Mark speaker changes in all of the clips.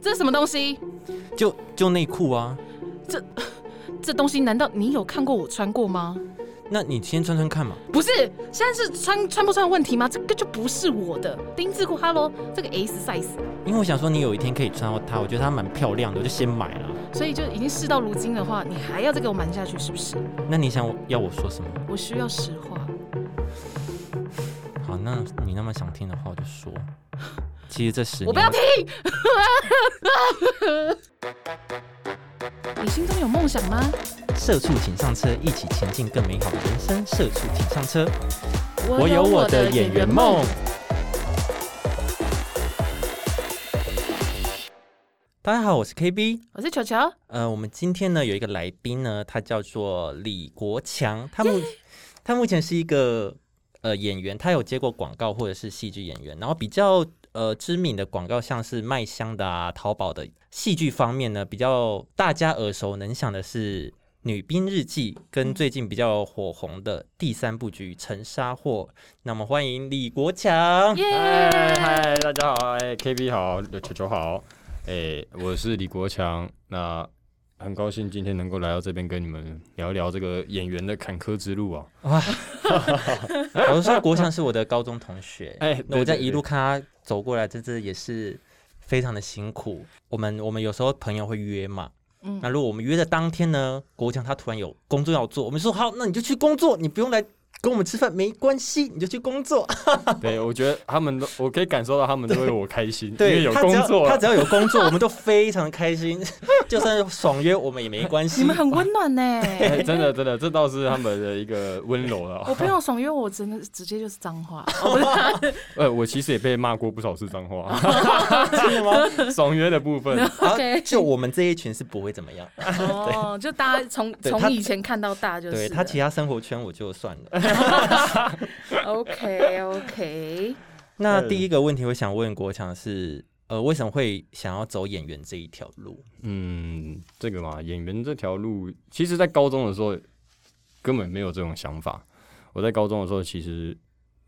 Speaker 1: 这是什么东西？
Speaker 2: 就就内裤啊。
Speaker 1: 这东西难道你有看过我穿过吗？
Speaker 2: 那你先穿穿看嘛。
Speaker 1: 不是，现在是穿穿不穿的问题吗？这个就不是我的丁字裤哈喽，这个 S size，
Speaker 2: 因为我想说你有一天可以穿到它，我觉得它蛮漂亮的，我就先买了。
Speaker 1: 所以就已经事到如今的话，你还要再给我瞒下去是不是？
Speaker 2: 那你想我要我说什么？
Speaker 1: 我需要实话。
Speaker 2: 好，那你那么想听的话，我就说。其实这十年，
Speaker 1: 我不要听。 你心中有梦想吗？
Speaker 2: 社畜请上车，一起前进更美好人生。社畜请上车，我有我的演员梦。大家好，我是 KB。
Speaker 1: 我是球球，
Speaker 2: 呃，我们今天呢有一个来宾呢，他叫做李国强，他目他目前是一个呃演员，他有接过广告或者是戏剧演员，然后比较呃知名的广告像是麦香的啊、淘宝的戏剧方面呢，比较大家耳熟能详的是《女兵日记》跟最近比较火红的第三部剧《沉沙货》，那么欢迎李国强。
Speaker 1: 耶、
Speaker 3: 嗨嗨，大家好，哎，KB 好，球球好，哎，我是李国强，那很高兴今天能够来到这边跟你们聊一聊这个演员的坎坷之路啊。
Speaker 2: 我是说国强是我的高中同学，
Speaker 3: 哎对
Speaker 2: 那我在
Speaker 3: 对
Speaker 2: 一路
Speaker 3: 对
Speaker 2: 看他走过来，真的也是非常的辛苦。我们我们有时候朋友会约嘛，
Speaker 1: 嗯
Speaker 2: 那如果我们约的当天呢，国强他突然有工作要做，我们说好，那你就去工作，你不用来。跟我们吃饭没关系，你就去工 作。
Speaker 3: 对，我觉得他们都，我可以感受到他们都为我开心，因为
Speaker 2: 对，
Speaker 3: 有
Speaker 2: 他
Speaker 3: 工
Speaker 2: 只要
Speaker 3: 作啊
Speaker 2: 他
Speaker 3: 了
Speaker 2: 只。要有工作，我们都非常开 心。就算爽约我们也没 关系。
Speaker 1: 你们很温暖呢、
Speaker 3: 哎，真的真的，这倒是他们的一个温柔了
Speaker 1: 我
Speaker 3: 啊。
Speaker 1: 朋友爽约我，真的直接就是脏话。哦不是
Speaker 3: 呃，我其实也被骂过不少次脏话，
Speaker 2: 真的吗？
Speaker 3: 爽约的部分。
Speaker 2: 啊
Speaker 1: OK
Speaker 2: 就我们这一群是不会怎么样。
Speaker 1: 哦，就大家从
Speaker 2: 对他
Speaker 1: 从以前看到大 就是
Speaker 2: 对
Speaker 1: 了。
Speaker 2: 他其他生活圈我就算了。
Speaker 1: OK OK，
Speaker 2: 那
Speaker 3: 嗯
Speaker 2: 第一个问题，我想问国强是，呃，为什么会想要走演员这一条路？
Speaker 3: 嗯，这个嘛，演员这条路，其实在高中的时候根本没有这种想法。我在高中的时候，其实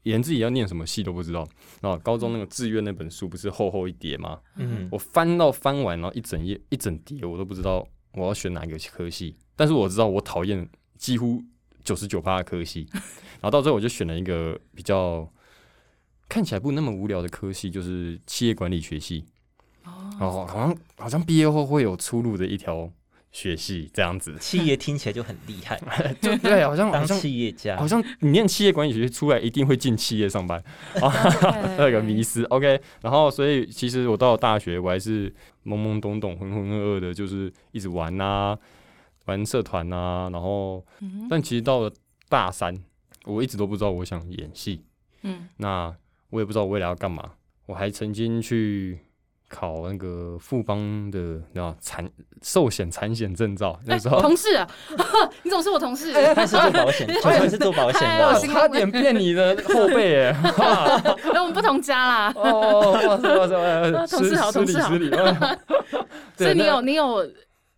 Speaker 3: 连自己要念什么戏都不知道。然后高中那个志愿那本书不是厚厚一叠吗？
Speaker 2: 嗯，，
Speaker 3: 我翻到翻完，然后一整页一整叠，我都不知道我要选哪个科系。但是我知道我讨厌几乎九十九趴的科系，然后到最后我就选了一个比较看起来不那么无聊的科系，就是企业管理学系。哦，好像好像毕业后会有出路的一条学系这样子
Speaker 2: 企业听起来就很厉害，
Speaker 3: 就 对， 好像好
Speaker 2: 当
Speaker 3: 像
Speaker 2: 企业家
Speaker 3: 好。像你念企业管理学系出来一定会进企业上班， 那个迷失。OK，然后所以其实我到了大学，我还是懵懵懂懂、浑浑噩噩的，就是一直玩啊，玩社团啊。然后，但其实到了大三，我一直都不知道我想演戏，
Speaker 1: 嗯，
Speaker 3: 那我也不知道我未来要干嘛。我还曾经去考那个富邦的那产寿险产险证照，那
Speaker 1: 哎，
Speaker 3: 时候
Speaker 1: 同事啊， 你总是我 同事，
Speaker 2: 他是做保险，球员是做保险
Speaker 1: 哎我
Speaker 2: 的
Speaker 1: 心。
Speaker 3: 差点变你的后背耶！
Speaker 1: 哎，我们不同家啦，
Speaker 3: 哦，哇塞哇塞
Speaker 1: 啊
Speaker 3: 哇塞，
Speaker 1: 同事好
Speaker 3: 失
Speaker 1: 同事好
Speaker 3: 失礼失礼。哇
Speaker 1: 所
Speaker 3: 对
Speaker 1: 以你
Speaker 3: 那
Speaker 1: 有你有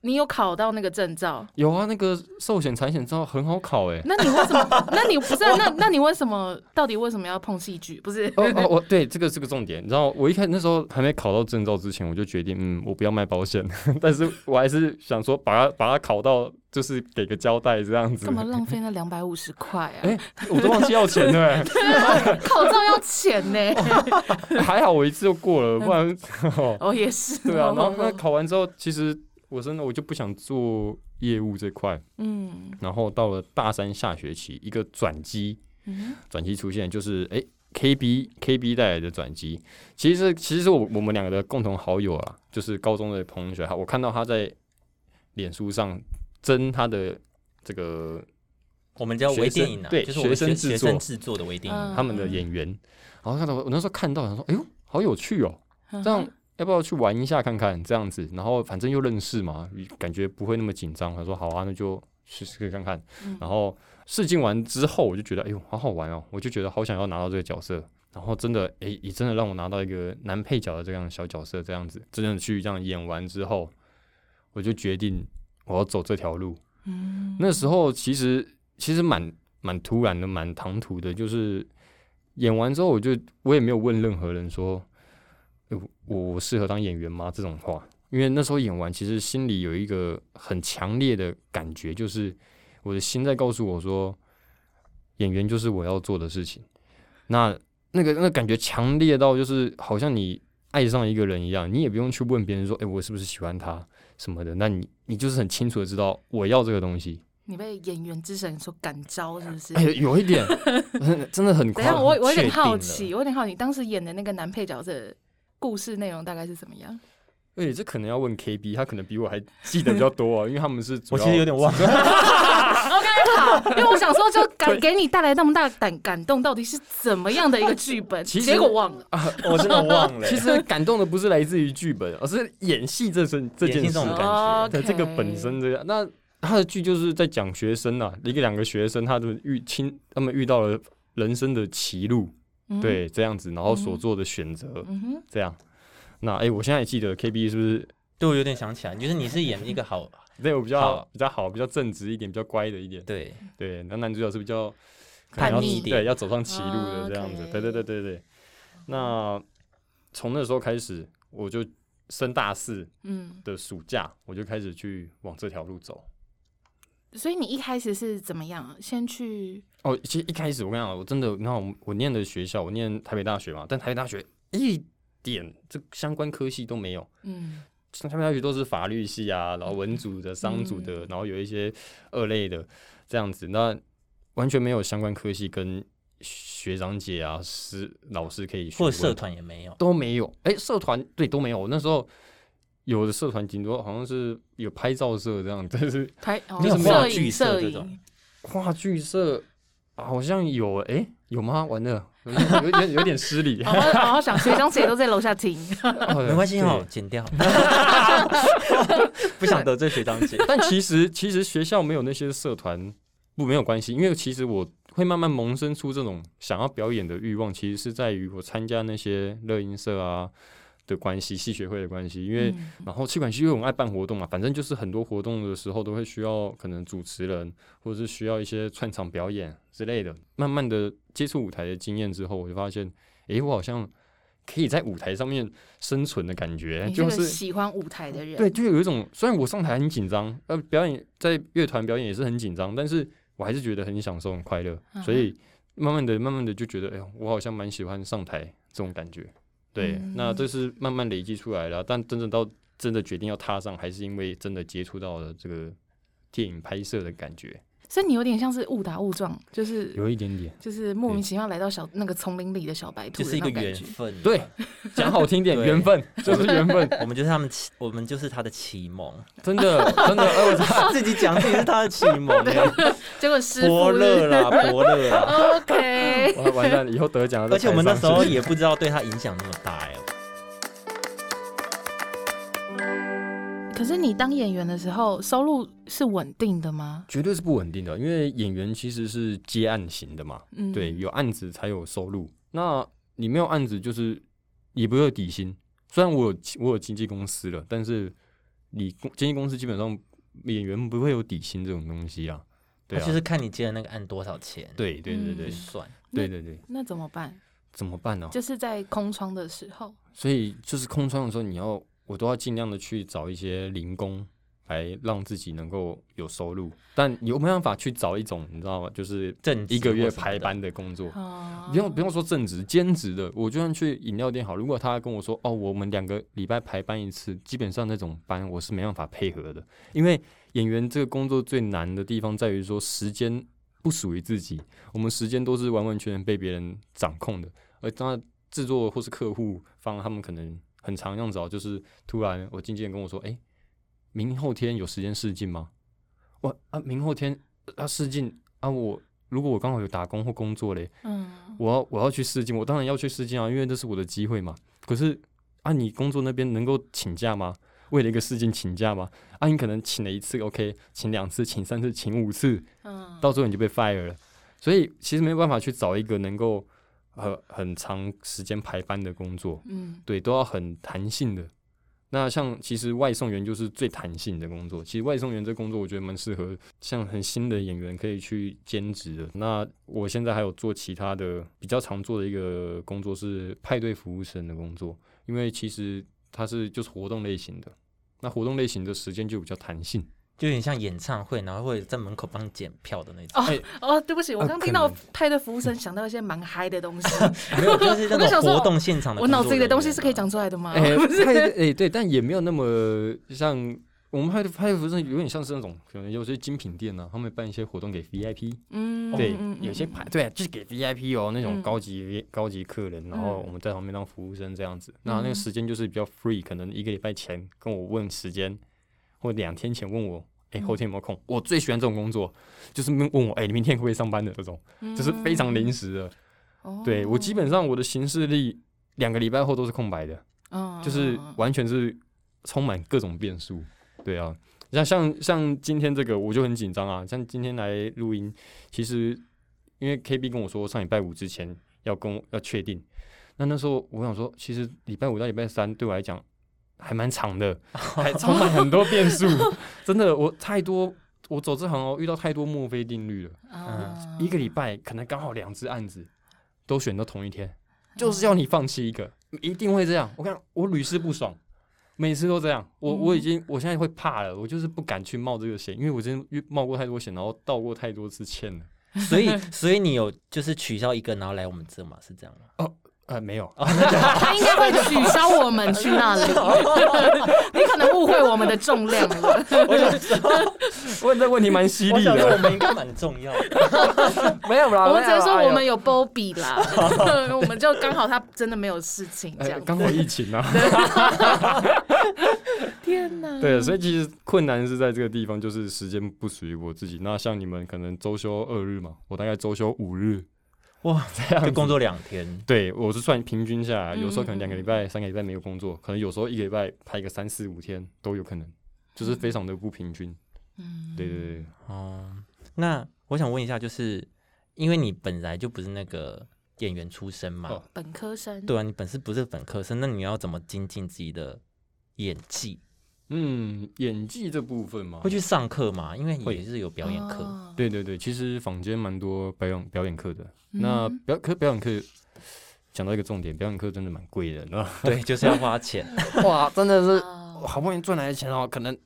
Speaker 1: 你有考到那个证照，
Speaker 3: 有啊？那个寿险产险照很好考哎。
Speaker 1: 那你为什 么？那你不是啊那那你为什么？到底为什么要碰戏剧？不 是
Speaker 3: 哦哦，我对这个是个重点。你知道，我一开始那时候还没考到证照之前，我就决定，嗯，我不要卖保险， 但是我还是想说把它把它考到，就是给个交代这样子
Speaker 1: 干。嘛浪费那两百五十块啊？
Speaker 3: 哎，我都忘记要钱了， 欸
Speaker 1: 考照要钱呢、
Speaker 3: 哎还好我一次就过了，不然哦
Speaker 1: 哦，也是哦。
Speaker 3: 对啊。然后那考完之后，其实我真的我就不想做业务这块，
Speaker 1: 嗯
Speaker 3: 然后到了大三下学期，一个转机，
Speaker 1: 嗯
Speaker 3: 转机出现，就是哎诶 KB KB 带来的转机。其实其实我我们两个的共同好友啊，就是高中的同学，我看到他在脸书上争他的这个
Speaker 2: 我们叫微电影啊，
Speaker 3: 学生对
Speaker 2: 就是我们学
Speaker 3: 学生制
Speaker 2: 学
Speaker 3: 作
Speaker 2: 生制作的微电影。
Speaker 1: 嗯
Speaker 3: 他们的演员，然后看到我我那时候看到，想说，哎呦，好有趣哦，
Speaker 1: 嗯
Speaker 3: 这样要不要去玩一下看看？这样子，然后反正又认识嘛，感觉不会那么紧张。他说好啊，那就试试看看。然后试镜完之后，我就觉得哎呦，好好玩哦，我就觉得好想要拿到这个角色。然后真的，哎，也真的让我拿到一个男配角的这样的小角色，这样子，真的去这样演完之后，我就决定我要走这条路。
Speaker 1: 嗯
Speaker 3: 那时候其实其实蛮蛮突然的，蛮唐突的，就是演完之后，我就我也没有问任何人说诶我我适合当演员吗？这种话，因为那时候演完，其实心里有一个很强烈的感觉，就是我的心在告诉我说，演员就是我要做的事情。那那个那个感觉强烈到，就是好像你爱上一个人一样，你也不用去问别人说，诶，我是不是喜欢他什么的，那你你就是很清楚的知道我要这个东西。
Speaker 1: 你被演员之神所感召，是不是？
Speaker 3: 哎呦，有一点， 很真的很
Speaker 1: 等
Speaker 3: 夸
Speaker 1: 一下，
Speaker 3: 张。
Speaker 1: 我我有点好
Speaker 2: 确定
Speaker 1: 奇，我有点好奇，你当时演的那个男配角的故事内容大概是怎么样？
Speaker 3: 而哎且这可能要问 KB，他可能比我还记得比较多 啊，因为他们是主
Speaker 2: 我
Speaker 3: 要
Speaker 2: 其实有点忘了，
Speaker 1: 好，因为我想说，就感给你带来那么大的感感动，到底是怎么样的一个剧本？
Speaker 3: 其实
Speaker 1: 结果忘了，
Speaker 2: 我真的 忘了。
Speaker 3: 其实感动的不是来自于剧本，而是演戏这身这件
Speaker 2: 演戏
Speaker 3: 事
Speaker 2: 这种感觉
Speaker 3: 对
Speaker 1: 哦 OK
Speaker 3: 这个本身这样。那他的剧就是在讲学生啊，一个两个学生他的遇亲，他们遇到了人生的歧路，
Speaker 1: 嗯，
Speaker 3: 对这样子，然后所做的选择、
Speaker 1: 嗯哼，
Speaker 3: 这样。那哎、诶我现在也记得 KB 是不是？
Speaker 2: 对，我有点想起来，就是你是演一个好，
Speaker 3: 对我比较
Speaker 2: 好
Speaker 3: 比较好，比较正直一点，比较乖的一点。
Speaker 2: 对，
Speaker 3: 对，那男主角是比较可能
Speaker 2: 叛
Speaker 3: 要
Speaker 2: 逆一
Speaker 3: 对，
Speaker 2: 点，哦
Speaker 3: 要走上歧路的这样子。
Speaker 1: OK
Speaker 3: 对对对对对。那从那时候开始，我就升大四
Speaker 1: 嗯，
Speaker 3: 的暑假，我就开始去往这条路走。
Speaker 1: 所以你一开始是怎么样？先去
Speaker 3: 哦，其实一开始我跟你讲，我真的，你看我我念的学校，我念台北大学嘛，但台北大学一点这相关科系都没有。
Speaker 1: 嗯
Speaker 3: 台北大学都是法律系啊，然后
Speaker 2: 嗯
Speaker 3: 文组的、商组的，然后有一些二类的这样子，那完全没有相关科系跟学长姐啊、师老师可以询
Speaker 2: 或
Speaker 3: 问
Speaker 2: 者社团也没有。
Speaker 3: 都没有。哎、社团对都没有。我那时候有的社团顶多好像是有拍照社这样，但 是
Speaker 1: 拍哦
Speaker 2: 你有
Speaker 1: 摄
Speaker 2: 话剧
Speaker 1: 影
Speaker 2: 社
Speaker 1: 摄
Speaker 2: 这种
Speaker 1: 影，
Speaker 3: 话剧社好像有哎、有吗？完了，有点有点有点失礼。
Speaker 1: 好好好好哦想，学长姐都在楼下听，
Speaker 2: 没
Speaker 3: 没
Speaker 2: 关系哦，剪掉， 不想得罪学长姐。
Speaker 3: 但其实 其实学校没有那些社团不没有关系，因为其实我会慢慢萌生出这种想要表演的欲望，其实是在于我参加那些乐音社啊的关系，戏学会的关系，因为。
Speaker 1: 嗯
Speaker 3: 然后气管系又很爱办活动嘛，反正就是很多活动的时候都会需要可能主持人，或者是需要一些串场表演之类的。慢慢的接触舞台的经验之后，我就发现，诶，我好像可以在舞台上面生存的感觉，
Speaker 1: 你是
Speaker 3: 就
Speaker 1: 个
Speaker 3: 是
Speaker 1: 喜欢舞台的人，
Speaker 3: 对，就有一种虽然我上台很紧张，呃，表演在乐团表演也是很紧张，但是我还是觉得很享受、很快乐，
Speaker 1: 嗯哼
Speaker 3: 所以慢慢的、慢慢的就觉得，哎呦，我好像蛮喜欢上台这种感觉。对，
Speaker 1: 嗯
Speaker 3: 那这是慢慢累积出来的啊，但真正到真的决定要踏上，还是因为真的接触到了这个电影拍摄的感觉，
Speaker 1: 所以你有点像是误打误撞，就是
Speaker 3: 有一点点。
Speaker 1: 就是莫名其妙来到小那个丛林里的小白兔
Speaker 2: 就
Speaker 1: 的
Speaker 2: 是一
Speaker 1: 那
Speaker 2: 个
Speaker 1: 种感
Speaker 2: 缘
Speaker 1: 觉，
Speaker 2: 分，
Speaker 3: 对， 讲好听点，
Speaker 2: 对
Speaker 3: 缘分就是 缘分，
Speaker 2: 我们就是他们启，我们就是他的启蒙，
Speaker 3: 真的真的，哎 我
Speaker 2: 自己讲自己是他的启 蒙，
Speaker 1: 结果师
Speaker 2: 伯
Speaker 1: 傅
Speaker 2: 乐
Speaker 1: 是
Speaker 2: 啦，伯乐啦。
Speaker 1: OK，
Speaker 3: 完完蛋了，以后得奖了。
Speaker 2: 而且我们
Speaker 3: 再
Speaker 2: 那
Speaker 3: 拍
Speaker 2: 时
Speaker 3: 上去
Speaker 2: 候也不知道对他影响那么大哎、
Speaker 1: 可是你当演员的时候，收入是稳定的吗？
Speaker 3: 绝对是不稳定的，因为演员其实是接案型的嘛，
Speaker 1: 嗯，
Speaker 3: 对，有案子才有收入。那你没有案子，就是也不会有底薪。虽然我有我有经纪公司了，但是你公经纪公司基本上演员不会有底薪这种东西啊。 对
Speaker 2: 他
Speaker 3: 啊，
Speaker 2: 就是看你接的那个案多少钱，，
Speaker 3: 对对对对、
Speaker 1: 嗯
Speaker 2: 去算。
Speaker 3: 对对对，
Speaker 1: 那怎么办？
Speaker 3: 怎么办呢、
Speaker 1: 就是在空窗的时候，
Speaker 3: 所以就是空窗的时候，你要我都要尽量的去找一些零工。来让自己能够有收入，但有没有办法去找一种你知道吗？就是
Speaker 2: 正职
Speaker 3: 一个月
Speaker 2: 或什么
Speaker 3: 排
Speaker 2: 的
Speaker 3: 班的工作，
Speaker 1: 啊，
Speaker 3: 哦不用不用说正职兼职的，我就算去饮料店好，如果他跟我说哦，我们两个礼拜排班一次，基本上那种班我是没办法配合的，因为演员这个工作最难的地方在于说时间不属于自己，我们时间都是完完全全被别人掌控的，而当然制作或是客户方他们可能很常这样子哦，就是突然我经纪人跟我说，哎、明后天有时间试镜吗？哇啊，明后天呃啊试镜啊我。如果我刚好有打工或工作嘞，
Speaker 1: 嗯，
Speaker 3: 我要我要去试镜，我当然要去试镜啊，因为这是我的机会嘛。可是啊，你工作那边能够请假吗？为了一个试镜请假吗？啊，你可能请了一次，OK，请两次，请三次，请五次，
Speaker 1: 嗯，
Speaker 3: 到最后你就被 fire 了。所以其实没有办法去找一个能够呃很长时间排班的工作，
Speaker 1: 嗯，
Speaker 3: 对，都要很弹性的。那像其实外送员就是最弹性的工作，其实外送员这工作我觉得蛮适合像很新的演员可以去兼职的。那我现在还有做其他的比较常做的一个工作是派对服务生的工作，因为其实它是就是活动类型的，那活动类型的时间就比较弹性。
Speaker 2: 就有点像演唱会，然后会在门口帮你检票的那种。
Speaker 1: 哦
Speaker 3: 哎
Speaker 1: 哦，对不起，我
Speaker 3: 呃
Speaker 1: 刚
Speaker 3: 可
Speaker 1: 听到
Speaker 3: 能
Speaker 1: 派对服务生想到一些蛮嗨的 东西，
Speaker 2: 没有，就是
Speaker 1: 我就
Speaker 2: 那
Speaker 1: 想
Speaker 2: 种
Speaker 1: 说
Speaker 2: 活动现场的
Speaker 1: 我
Speaker 2: 工作人员啊。
Speaker 1: 脑子里的东西是可以讲出来的吗？
Speaker 3: 哎、 派对哎、对，但也没有那么像我们派对派对服务生有点像是那种可能有些精品店啊呢、他们办一些活动给 VIP，、
Speaker 1: 嗯，
Speaker 3: 对
Speaker 1: 嗯，
Speaker 3: 有些派对、啊、就是给 VIP 哦那
Speaker 1: 嗯
Speaker 3: 种高级、高级客人，然后我们在旁边当服务生这样子。那
Speaker 1: 嗯
Speaker 3: 那个时间就是比较 free，可能一个礼拜前跟我问时间，或两天前问我。哎、后天有没有
Speaker 1: 嗯
Speaker 3: 空？我最喜欢这种工作，就是问我，哎、你明天可不可以上班的这种，就是非常临时的。
Speaker 1: 嗯，
Speaker 3: 对我基本上我的行事历两个礼拜后都是空白的，
Speaker 1: 哦
Speaker 3: 就是
Speaker 1: 嗯嗯嗯
Speaker 3: 完全是充满各种变数。对啊，像像像今天这个我就很紧张啊，像今天来录音，其实因为 KB 跟我说上礼拜五之前要跟我要确定，那那时候我想说，其实礼拜五到礼拜三对我来讲还蛮长 的，还充满很多变数，真的我太多。我走这行哦，遇到太多墨菲定律了。
Speaker 1: 啊
Speaker 3: 呃一个礼拜可能刚好两只案子都选到同一
Speaker 1: 哎
Speaker 3: 天，就是要你放弃一个，一定会这样。我看我屡试不爽，每次都这样。我
Speaker 1: 嗯
Speaker 3: 我已经我现在会怕了，我就是不敢去冒这个险，因为我真的冒过太多险，然后道过太多次歉了。
Speaker 2: 所以，所以你有就是取消一个，然后来我们这嘛，是这样吗？
Speaker 3: 呃，没有，
Speaker 1: 他应该会取消我们去那里，你可能误会我们的重量了。
Speaker 2: 我想说，
Speaker 3: 问这问题蛮犀
Speaker 2: 我
Speaker 3: 利
Speaker 2: 想说我
Speaker 3: 的，
Speaker 2: 们应该蛮重要 的。
Speaker 3: 没有啦哎
Speaker 1: 我们只能说我们有 Bobby 啦，我们就刚好他真的没有事情这样子。
Speaker 3: 哎刚好疫情啊，
Speaker 1: 天哪！
Speaker 3: 对，所以其实困难是在这个地方，就是时间不属于我自己。那像你们可能周休二日嘛，我大概周休五日，
Speaker 2: 哇，
Speaker 3: 这样
Speaker 2: 就
Speaker 3: 子
Speaker 2: 工作两天，
Speaker 3: 对，我是算平均下来，有时候可能两个
Speaker 1: 嗯嗯嗯
Speaker 3: 礼拜、三个礼拜没有工作，可能有时候一个礼拜拍个三四五天都有可能，就是非常的不平均。
Speaker 1: 嗯
Speaker 3: 对对对，
Speaker 2: 哦，那我想问一下，就是因为你本来就不是那个演员出身嘛，
Speaker 3: 哦
Speaker 1: 本科生，
Speaker 2: 对啊，你本身不是本科生，那你要怎么精进自己的演技？
Speaker 3: 嗯，演技这部分嘛
Speaker 2: 会，去上课吗？因为
Speaker 3: 哦会
Speaker 2: 也是有表演课，
Speaker 1: 哦，
Speaker 3: 对对对，其实坊间蛮多表演表演课的，
Speaker 1: 嗯
Speaker 3: 那表可是表演课。讲到一个重点，表演课真的蛮贵的， 然后
Speaker 2: 对，就是要花钱。
Speaker 3: 哇，真的是
Speaker 1: 哦
Speaker 3: 好不容易赚来的钱哦，可能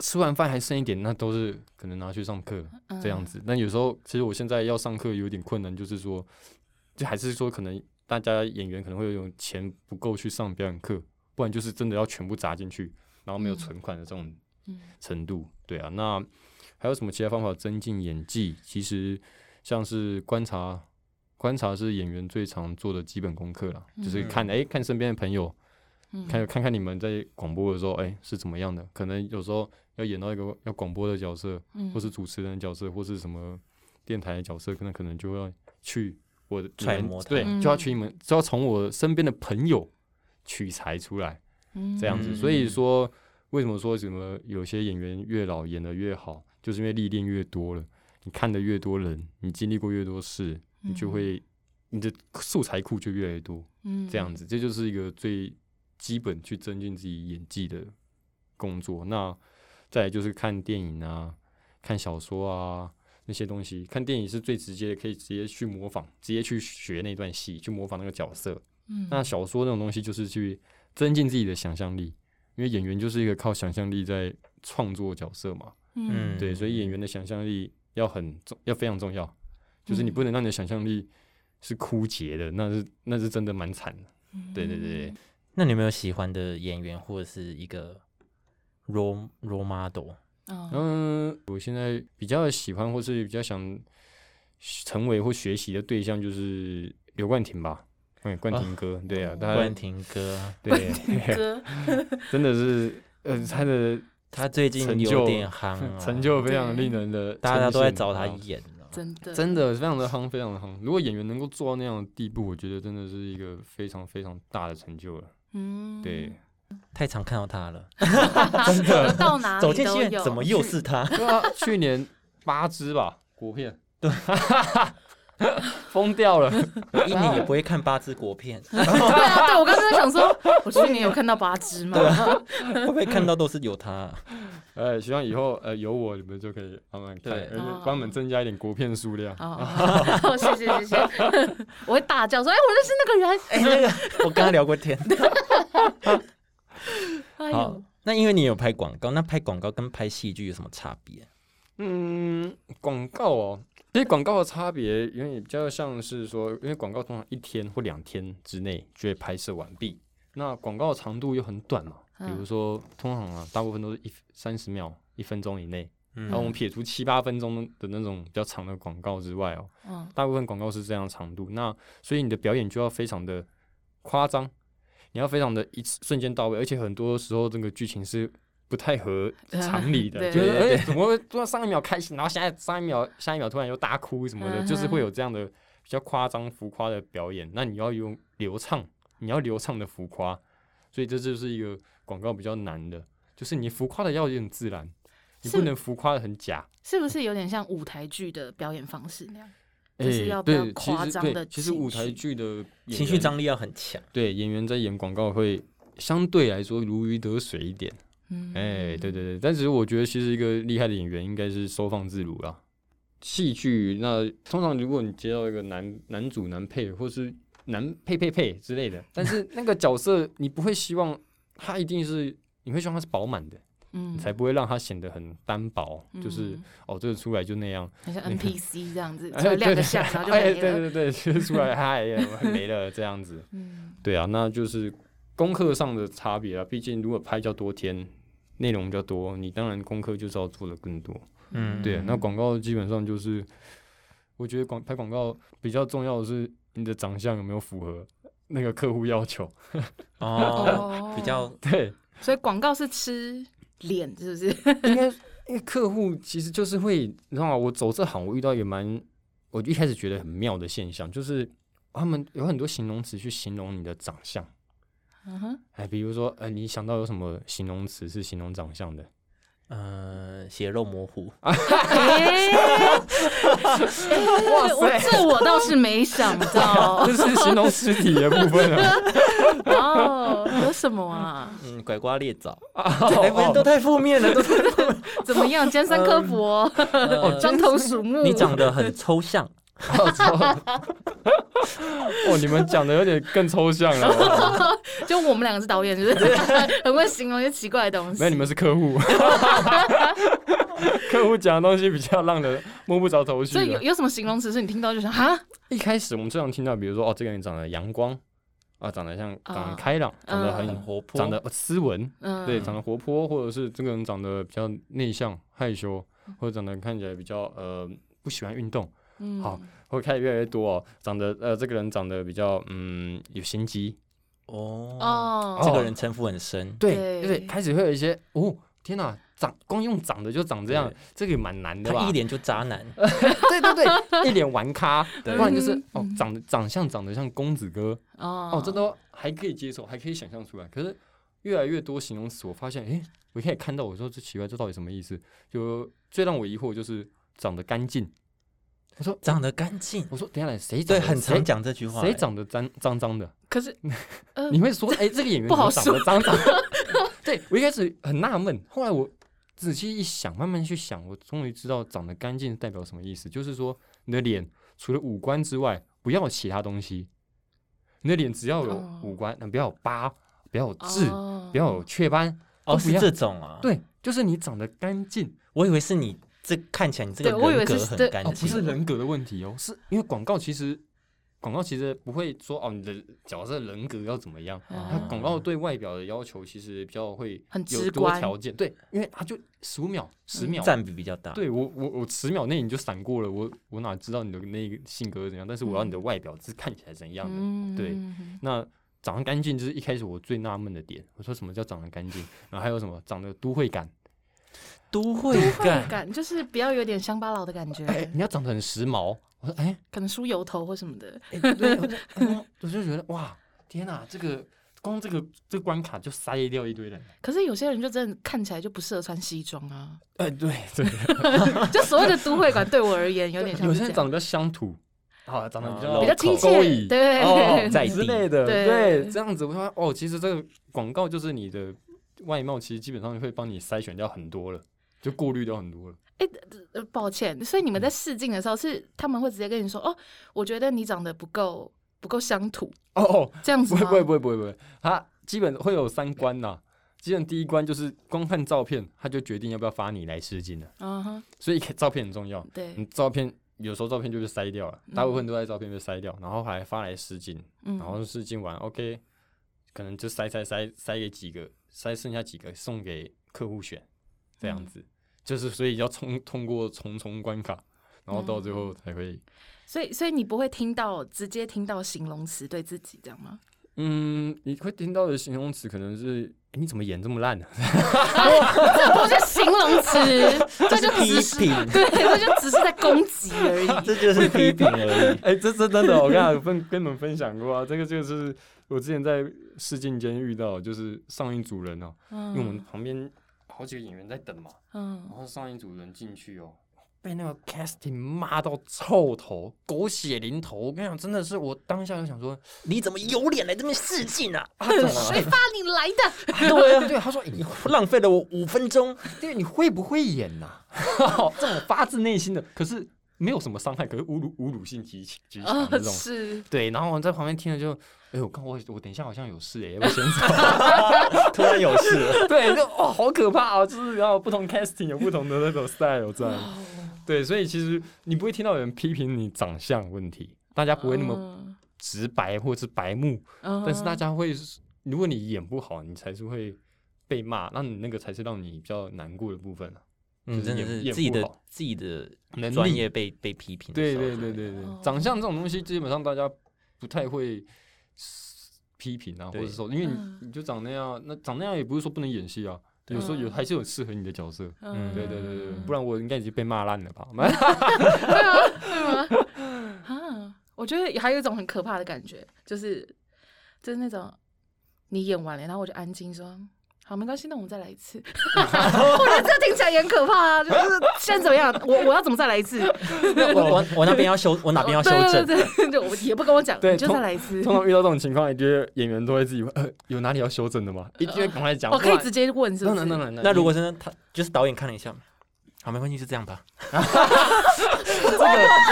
Speaker 3: 吃完饭还剩一点，那都是可能拿去上课，
Speaker 1: 嗯
Speaker 3: 这样，子。那有时候其实我现在要上课有点困难，就是说，就还是说可能大家演员可能会有一种钱不够去上表演课，不然就是真的要全部砸进去，然后没有
Speaker 1: 嗯
Speaker 3: 存款的这种
Speaker 1: 嗯
Speaker 3: 程度。对啊，那还有什么其他方法增进演技？其实像是观察，观察是演员最常做的基本功课啦，就是
Speaker 2: 嗯
Speaker 3: 看哎、看身边的朋友，
Speaker 1: 嗯
Speaker 3: 看看看你们在广播的时候哎、是怎么样的，可能有时候要演到一个要广播的角色。
Speaker 1: 嗯
Speaker 3: 或是主持人的角色，或是什么电台的角色，可能可能就要去我的
Speaker 2: 揣
Speaker 3: 你们
Speaker 2: 摩他
Speaker 3: 对，
Speaker 1: 嗯
Speaker 3: 就要去你们，就要从我身边的朋友取材出来，这样子。
Speaker 2: 嗯
Speaker 3: 所以说，为什么说什么有些演员越老演的越好，就是因为历练越多了，你看的越多人，你经历过越多事，
Speaker 1: 嗯
Speaker 3: 你就会你的素材库就越来越多，这样
Speaker 1: 子，
Speaker 3: 子，这就是一个最基本去增进自己演技的工作。那再来就是看电影啊、看小说啊那些东西。看电影是最直接的，可以直接去模仿，直接去学那段戏，去模仿那个角色。
Speaker 1: 嗯
Speaker 3: 那小说那种东西就是去增进自己的想象力，因为演员就是一个靠想象力在创作角色嘛。
Speaker 2: 嗯
Speaker 3: 对，所以演员的想象力要很重，要非常重要，就是你
Speaker 1: 嗯
Speaker 3: 不能让你的想象力是枯竭的，那是那是真的蛮惨的。
Speaker 2: 嗯
Speaker 3: 嗯对对对，
Speaker 2: 那你有没有喜欢的演员或者是一个 role role model？
Speaker 1: 嗯
Speaker 3: 嗯，我现在比较喜欢或是比较想成为或学习的对象就是刘冠廷吧，嗯，冠廷哥，对啊，他
Speaker 2: 哦冠廷哥，
Speaker 3: 对，
Speaker 1: 哥，
Speaker 3: 真的是，呃，他的
Speaker 2: 他最近
Speaker 3: 成
Speaker 2: 有
Speaker 3: 就
Speaker 2: 点 夯、哦，
Speaker 3: 成就非常
Speaker 1: 对
Speaker 3: 令人的，
Speaker 2: 大家都在找他演哦了。
Speaker 1: 真的
Speaker 3: 真的非常的夯，非常的夯。如果演员能够做到那样的地步，我觉得真的是一个非常非常大的成就了。
Speaker 1: 嗯
Speaker 3: 对，，
Speaker 2: 太常看到他了，
Speaker 1: 真的到哪里
Speaker 2: 走进
Speaker 1: 都
Speaker 2: 戏院
Speaker 1: 有
Speaker 2: 怎么又是他？
Speaker 3: 对啊，去年八支吧，国片，对， 疯掉了。
Speaker 1: 哦
Speaker 2: 一年也不会看八支 国片，
Speaker 1: 对啊，对我刚才在想说，我去年有看到八只吗？
Speaker 2: 啊会不会看到都是有他啊、
Speaker 3: 呃，希望以后呃有我，你们就可以慢慢看，
Speaker 2: 对
Speaker 3: 而且帮我们增加一点国片数量。
Speaker 1: 哦， 哦谢 谢谢谢，我会大叫说，哎，我认识那个人，
Speaker 2: 哎、那个我跟他聊过天，
Speaker 1: 哎
Speaker 2: 好
Speaker 1: 呦，，
Speaker 2: 那因为你有拍广告，那拍广告跟拍戏剧有什么差别？
Speaker 3: 嗯，广告哦，其实广告的差别，因为比较像是说，因为广告通常一天或两天之内就会拍摄完毕，那广告的长度又很短嘛，比如
Speaker 1: 嗯
Speaker 3: 说通常啊，大部分都是一三十秒、一分钟以内。然后我
Speaker 2: 嗯
Speaker 3: 们撇除七八分钟的那种比较长的广告之外哦，
Speaker 1: 嗯，
Speaker 3: 大部分广告是这样的长度。那所以你的表演就要非常的夸张，你要非常的一次瞬间到位，而且很多时候这个剧情是不 太合常理的，
Speaker 1: 对
Speaker 3: 就是
Speaker 2: 对对
Speaker 3: 哎、怎么会突然上一秒开心，然后下一上一秒下一秒突然又大哭什么的，
Speaker 1: 嗯哼
Speaker 3: 就是会有这样的比较夸张浮夸的表演。那你要用流畅，你要流畅的浮夸，所以这就是一个广告比较难的，就是你浮夸的要有点自然，你
Speaker 1: 是
Speaker 3: 不能浮夸的很假。
Speaker 1: 是不是有点像舞台剧的表演方式那样？
Speaker 3: 哎，
Speaker 1: 就是要比较
Speaker 3: 对，其
Speaker 1: 夸
Speaker 3: 实
Speaker 1: 张
Speaker 3: 对
Speaker 1: 的
Speaker 3: 其实
Speaker 1: 情
Speaker 3: 舞台
Speaker 1: 绪
Speaker 3: 剧的演
Speaker 2: 情绪
Speaker 3: 员
Speaker 2: 张力要很强。
Speaker 3: 对演员在演广告会相对来说如鱼得水一点。
Speaker 1: 嗯，
Speaker 3: 哎、对对对，但是我觉得其实一个厉害的演员应该是收放自如啦。戏剧那通常如果你接到一个男男主男配或是男配配配之类的，但是那个角色你不会希望他一定是，你会希望他是饱满的，
Speaker 1: 嗯
Speaker 3: 你才不会让他显得很单薄，就是
Speaker 1: 嗯
Speaker 3: 哦这个出来就那样，
Speaker 1: 很像
Speaker 3: 那个
Speaker 1: NPC 这样子，
Speaker 3: 哎
Speaker 1: 就亮
Speaker 3: 对
Speaker 1: 个相，然后就
Speaker 3: 哎、
Speaker 1: 没
Speaker 3: 对
Speaker 1: 了。
Speaker 3: 对对，就是出来嗨 没了这样子。
Speaker 1: 嗯，
Speaker 3: 对啊，那就是功课上的差别啊。毕竟如果拍较多天，内容比较多，你当然功课就是要做的更多。
Speaker 2: 嗯
Speaker 3: 对啊、那广告基本上就是，我觉得广拍广告比较重要的是你的长相有没有符合那个客户要求。
Speaker 2: 哦，比，较
Speaker 3: 对，
Speaker 1: 所以广告是吃脸，是不是？
Speaker 3: 应该因为客户其实就是会，你知道吗？我走这行，我遇到也蛮，我一开始觉得很妙的现象，就是他们有很多形容词去形容你的长相。
Speaker 1: 嗯哼，
Speaker 3: 哎，比如说，呃，你想到有什么形容词是形容长相的？
Speaker 2: 呃血肉模糊，
Speaker 1: 哎
Speaker 3: 哇
Speaker 1: 我这我倒是没想到
Speaker 3: 这是形容尸体的部分啊了。
Speaker 1: 哦，有什么啊？
Speaker 2: 嗯，拐瓜裂枣，哦这两哎
Speaker 3: 哦
Speaker 2: 边都太负面了，都 太
Speaker 1: 怎么样？尖酸
Speaker 3: 嗯
Speaker 1: 刻薄，
Speaker 2: 呃
Speaker 1: 装头鼠目，
Speaker 2: 你长得很抽象，
Speaker 3: 哦，你们讲的有点更抽象 了。
Speaker 1: 就我们两个是导演，是不是？ 很会形容一些奇怪的东西。
Speaker 3: 没有，你们是 客户。客户讲的东西比较让人摸不着头绪
Speaker 1: 所以有
Speaker 3: 的。
Speaker 1: 有什么形容词是你听到就想哈？
Speaker 3: 一开始我们经常听到，比如说哦，这个人长得阳光，啊，长得像，长得开朗，长得
Speaker 2: 很
Speaker 3: 很，
Speaker 2: 嗯活泼，
Speaker 3: 长得哦斯文，
Speaker 1: 嗯，
Speaker 3: 对，长得活泼，或者是这个人长得比较内向、害羞，
Speaker 2: 嗯
Speaker 3: 或者长得看起来比较呃不喜欢运动，
Speaker 1: 嗯
Speaker 3: 好，会开始越来越多哦。长得呃，这个人长得比较嗯有心机，
Speaker 2: 哦，
Speaker 1: 哦，
Speaker 2: 这个人城府很深，
Speaker 1: 对
Speaker 3: 对对，开始会有一些哦，天哪，长光用长得就长这样
Speaker 2: 对，
Speaker 3: 这个也蛮难的
Speaker 2: 他
Speaker 3: 吧
Speaker 2: 一？脸就渣 男，
Speaker 3: 对对对，一脸玩 咖，不
Speaker 2: 对
Speaker 3: 然就是
Speaker 1: 嗯
Speaker 3: 哦，长得长相长得像公子哥，
Speaker 1: 哦
Speaker 3: 哦，这都还可以接受，还可以想象出来。可是越来越多形容词，我发现，诶，我一开始看到，我说这奇怪，这到底什么意思？就最让我疑惑就是长得干净。我说，
Speaker 2: 长得干净，
Speaker 3: 我说，等一下来，谁
Speaker 2: 对，
Speaker 3: 长得
Speaker 2: 很
Speaker 3: 谁
Speaker 2: 常讲这句话，
Speaker 3: 谁
Speaker 2: 哎
Speaker 3: 长得脏脏脏的？
Speaker 1: 可是呃
Speaker 3: 你会说，哎、这个演员
Speaker 1: 不好
Speaker 3: 怎么长得脏脏的。 对我一开始很纳闷，后来我仔细一想，慢慢去想，我终于知道长得干净代表什么意思，就是说你的脸除了五官之外，不要有其他东西。你的脸只要有
Speaker 1: 哦
Speaker 3: 五官，呃那不要有疤，不要有痣，
Speaker 1: 哦
Speaker 3: 不要有雀斑。
Speaker 2: 哦
Speaker 3: 都不
Speaker 2: 是
Speaker 3: 要
Speaker 2: 这种啊，，
Speaker 3: 对，就是你长得干净，
Speaker 2: 我以为是你这看起来你这个
Speaker 1: 对我以为
Speaker 2: 人格
Speaker 1: 是
Speaker 2: 很
Speaker 1: 对
Speaker 2: 干
Speaker 3: 哦，不
Speaker 2: 净，
Speaker 3: 是人格的问题哦，是因为广告其实广告其实不会说哦你的角色人格要怎么样，
Speaker 1: 嗯
Speaker 3: 它广告对外表的要求其实比较会
Speaker 1: 很
Speaker 3: 有
Speaker 1: 直
Speaker 3: 多
Speaker 1: 观
Speaker 3: 条件，对，因为它就十五秒、十
Speaker 1: 嗯
Speaker 3: 秒，
Speaker 2: 占比比较大，
Speaker 3: 对我我我十秒内你就闪过了，我我哪知道你的那个性格是怎样？但是我要你的外表是看起来怎样的，
Speaker 1: 嗯
Speaker 3: 对
Speaker 1: 嗯
Speaker 3: 那。长得干净就是一开始我最纳闷的点。我说什么叫长得干净？然后还有什么长得都会 感？
Speaker 2: 都会
Speaker 1: 都会
Speaker 2: 干，
Speaker 1: 感就是比较有点乡巴佬的感觉，
Speaker 3: 哎、你要长得很时髦。我说哎、
Speaker 1: 可能梳油头或什么的。
Speaker 3: 哎、对， 我就嗯我就觉得哇，天哪、这个光这个这个关卡就筛掉一堆人。
Speaker 1: 可是有些人就真的看起来就不适合穿西装啊，
Speaker 3: 哎、对对，
Speaker 1: 就所谓的都会 感对我而言有点像
Speaker 3: 有
Speaker 1: 是
Speaker 3: 些
Speaker 1: 这
Speaker 3: 人
Speaker 1: 样，
Speaker 3: 长得比较乡土，啊，长得比
Speaker 2: 哦
Speaker 3: 较
Speaker 1: 比较
Speaker 2: 口
Speaker 1: 亲
Speaker 3: 勾
Speaker 1: 切，
Speaker 3: 引
Speaker 1: 对，
Speaker 2: 哦在
Speaker 3: 之类的，
Speaker 1: 对
Speaker 3: 对，这样子我发现哦，其实这个广告就是你的外貌，其实基本上会帮你筛选掉很多了，就过滤掉很多了。
Speaker 1: 呃抱歉，所以你们在试镜的时候是他们会直接跟你说哦，我觉得你长得不够不够乡土
Speaker 3: 哦哦，
Speaker 1: 这样子
Speaker 3: 不会
Speaker 1: 吗？
Speaker 3: 不会不会不会不会，他基本会有三关呐、基本第一关就是光看照片，他就决定要不要发你来试镜了，
Speaker 1: 嗯哼，
Speaker 3: 所以 照片很重要。
Speaker 1: 对，
Speaker 3: 你照片有时候照片就被筛掉了，大部分都在照片被筛掉，然后还发来试镜，
Speaker 1: 嗯
Speaker 3: 然后试镜完 OK，可能就筛筛筛筛给几个，筛剩下几个送给客户选，这样子，就是所以要冲通过重重关卡，然后到最后才会，
Speaker 1: 所以所以你不会听到直接听到形容词对自己这样吗？
Speaker 3: 嗯，你会听到的形容词可能是、诶你怎么演这么烂啊呢、
Speaker 1: 这不是形容词，这就只
Speaker 2: 批
Speaker 1: 是
Speaker 2: 评，
Speaker 1: 对，这就只是在攻击而 已。
Speaker 2: 这就是批评而已。
Speaker 3: 哎、这是真的，我刚才有 分跟你们分享过啊，这个就是我之前在试镜间遇到，就是上一组人哦、因为我们
Speaker 1: 嗯
Speaker 3: 旁边好几个演员在等嘛，然
Speaker 1: 嗯，
Speaker 3: 后上一组人进去哦，被那个 casting 骂到臭头，狗血淋头。我跟你讲，真的是我当下就想说，
Speaker 2: 你怎么有脸来这边试镜 啊？
Speaker 3: 啊，怎么
Speaker 1: 谁发你来的？
Speaker 3: 对啊，对，他说你，
Speaker 2: 浪费了我五分 钟，
Speaker 3: 对，你会不会演 呐、这种发自内心的，可是没有什么伤害，可是侮辱侮辱性极极 强这
Speaker 1: 哦，
Speaker 3: 种。
Speaker 1: 是，
Speaker 3: 啊对，然后我在旁边听了就，哎呦，刚我我等一下好像有事哎、要不要先走？
Speaker 2: 突然有事了。
Speaker 3: 对，就哦，好可怕哦！就是然后不同哦 casting 有不同的那种 style 在，对，所以其实你不会听到有人批评你长相问题，大家不会那么
Speaker 1: 嗯，
Speaker 3: 直白或者是白目，但
Speaker 1: 但
Speaker 3: 是大家会，如果你演不好，你才是会被骂，那你那个才是让你比较难过的部分啊。
Speaker 2: 嗯，
Speaker 3: 就是
Speaker 2: 真的
Speaker 3: 演
Speaker 2: 是
Speaker 3: 演
Speaker 2: 自己
Speaker 3: 不
Speaker 2: 的
Speaker 3: 好
Speaker 2: 自己的
Speaker 3: 能
Speaker 2: 专
Speaker 3: 力
Speaker 2: 业被被批评的
Speaker 3: 对
Speaker 2: 时候就会。
Speaker 3: 对对对对
Speaker 1: 哦，
Speaker 3: 长相这种东西基本上大家不太会批评啊，或
Speaker 2: 对
Speaker 3: 者说，因为
Speaker 1: 嗯
Speaker 3: 你你就长那样，那长那样也不是说不能演戏啊，有时候有
Speaker 1: 嗯
Speaker 3: 还是有适合你的角色。
Speaker 2: 嗯
Speaker 3: 对对对对，不
Speaker 1: 然
Speaker 3: 然我应该已经被骂烂了吧？
Speaker 1: 会吗？啊，我觉得还有一种很可怕的感觉，就是就是那种你演完了，然后我就安静说。好，没关系，那我们再来一次。 我觉得这听起来也很可怕啊！就是现在怎么样？我我要怎么再来一次？
Speaker 2: 那我我我那边要修，我哪边要修正？
Speaker 1: 对对对，就我也不跟我讲，
Speaker 3: 对
Speaker 1: 你就再来一次。
Speaker 3: 通常遇到这种情况，你觉得演员都会自己问呃有哪里要修正的吗？一定会赶快讲。
Speaker 1: 我哦可以
Speaker 3: 不然
Speaker 1: 直接问，是不
Speaker 3: 当
Speaker 1: 是？
Speaker 3: 然当然。
Speaker 2: 那如果真的他就是导演看了一下，好，没关系，就这样吧。
Speaker 3: 这个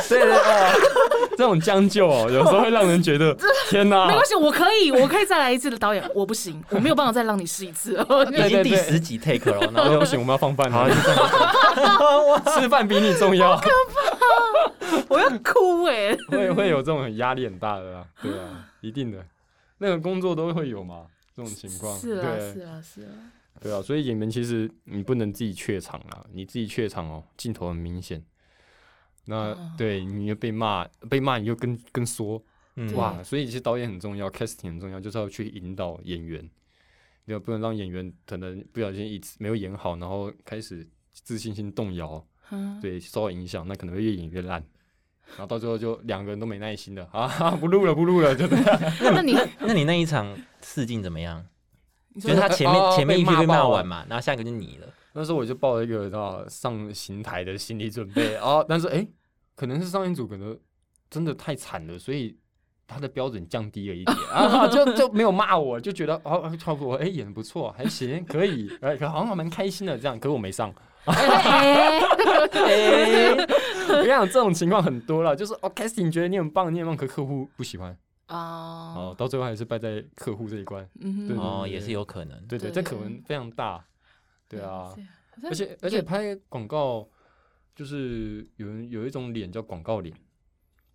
Speaker 3: 对对对，这种将就哦，有时候会让人觉 得天哪
Speaker 1: 没。关系，我可以，我可以再来一次的导演， 我不行，我没有办法再让你试一次。
Speaker 2: 已经
Speaker 3: 对
Speaker 2: 第
Speaker 3: 对
Speaker 2: 十几 take 了，然
Speaker 3: 然 后
Speaker 2: 后
Speaker 3: 不行，我们要放饭
Speaker 2: 好，就
Speaker 3: 了，
Speaker 2: 这样。
Speaker 3: 吃饭比你重要，
Speaker 1: 我要哭哎、
Speaker 3: 会会有这种很压力很大的啊，对啊，一定的，那个工作都会有嘛，这种情况，
Speaker 1: 是啊，
Speaker 3: 对
Speaker 1: 是啊，是啊。
Speaker 3: 对啊，所以演员其实你不能自己怯场啊，你自己怯场哦，镜头很明显。那、
Speaker 1: 哦
Speaker 3: 对你又被骂，被骂你就跟跟说
Speaker 2: 嗯
Speaker 1: 对
Speaker 3: 哇，所以其实导演很重要，casting 很重要，就是要去引导演员，要不能让演员可能不小心一次没有演好，然后开始自信心动摇，
Speaker 1: 嗯，
Speaker 3: 对，受到影响，那可能会越演越烂，然后到最后就两个人都没耐心了啊， 不录了，不录了，就这样。
Speaker 1: 那 你哎
Speaker 2: 那你那一场试镜怎么样？
Speaker 1: 你
Speaker 2: 就
Speaker 1: 说
Speaker 2: 是他前面
Speaker 3: 哦
Speaker 2: 前面一批
Speaker 3: 被
Speaker 2: 被骂
Speaker 3: 骂爆
Speaker 2: 完嘛，然后下一个就你了。
Speaker 3: 那时候我就抱了一个到上刑台的心理准备啊，但是哎、诶可能是上一组可能真的太惨了，所以他的标准降低了一点啊，就就没有骂我，就觉得哦、啊差不多，哎、演的不错，还行，可以，哎，可好像蛮开心的这样，可我没上。
Speaker 1: 哎、
Speaker 3: 我跟你讲，这种情况很多了，就是哦，casting 觉得你很棒，你很棒，可客户不喜欢，
Speaker 1: 啊，
Speaker 3: 哦，到最后还是败在客户这一关。
Speaker 1: 嗯
Speaker 3: 对
Speaker 1: 哼，
Speaker 2: 哦，
Speaker 3: 对
Speaker 2: 也是有可能。
Speaker 3: 对
Speaker 1: 对
Speaker 3: 对，这可能非常大。对啊，
Speaker 1: 这样，
Speaker 3: 而且而且拍广告就是有人有一种脸叫广告脸，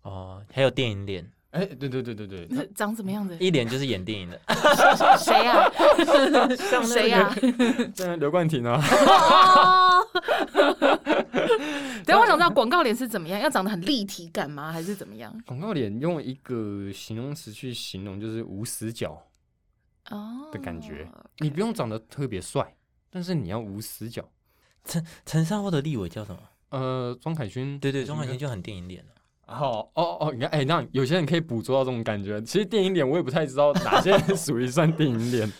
Speaker 2: 哦，还有电影脸，
Speaker 3: 哎、对对对对对，
Speaker 1: 那长什么样子？
Speaker 2: 一脸就是演电影的。
Speaker 1: 谁呀、 啊？谁呀、啊？
Speaker 3: 当然刘冠廷啊，
Speaker 1: 哦，等一下我想知道广告脸是怎么样，要长得很立体感吗？还是怎么样？
Speaker 3: 广告脸用一个形容词去形容就是无死角，
Speaker 1: 哦
Speaker 3: 的感觉你不用长得特别帅，但是你要无死角。
Speaker 2: 陈山后的立委叫什么？
Speaker 3: 呃，庄凯勋，
Speaker 2: 对对，钟汉轩就很电影脸了。
Speaker 3: 哦哦哦，你看，哎、那有些人可以捕捉到这种感觉。其实电影脸我也不太知道哪些 属于算电影脸。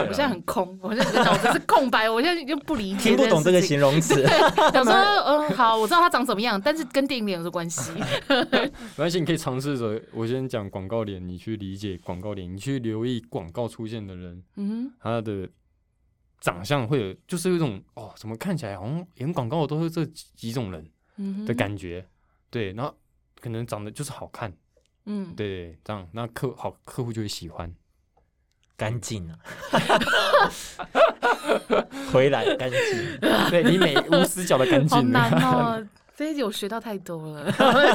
Speaker 1: 我现在很空，我现在脑子是空白，我现在就不理解，
Speaker 2: 听不懂这个
Speaker 1: 形
Speaker 2: 形容词，
Speaker 1: 容。想说，嗯，好，我知道他长什么样，但是跟电影脸有关系。
Speaker 3: 没关系，你可以尝试着，我先讲广告脸，你去理解广告脸，你去留意广告出现的人，
Speaker 1: 嗯
Speaker 3: 他的长相会有，就是有一种哦，怎么看起来好像演广告的都是这几几种人
Speaker 1: 嗯
Speaker 3: 的感觉。对，然后可能长得就是好看，
Speaker 1: 嗯，
Speaker 3: 对，这样那客好客户就会喜欢。
Speaker 2: 干净 啊，回来干净，
Speaker 3: 对你每无死角的干
Speaker 1: 好
Speaker 3: 净，
Speaker 1: 难哦。 这一集我学到太多了。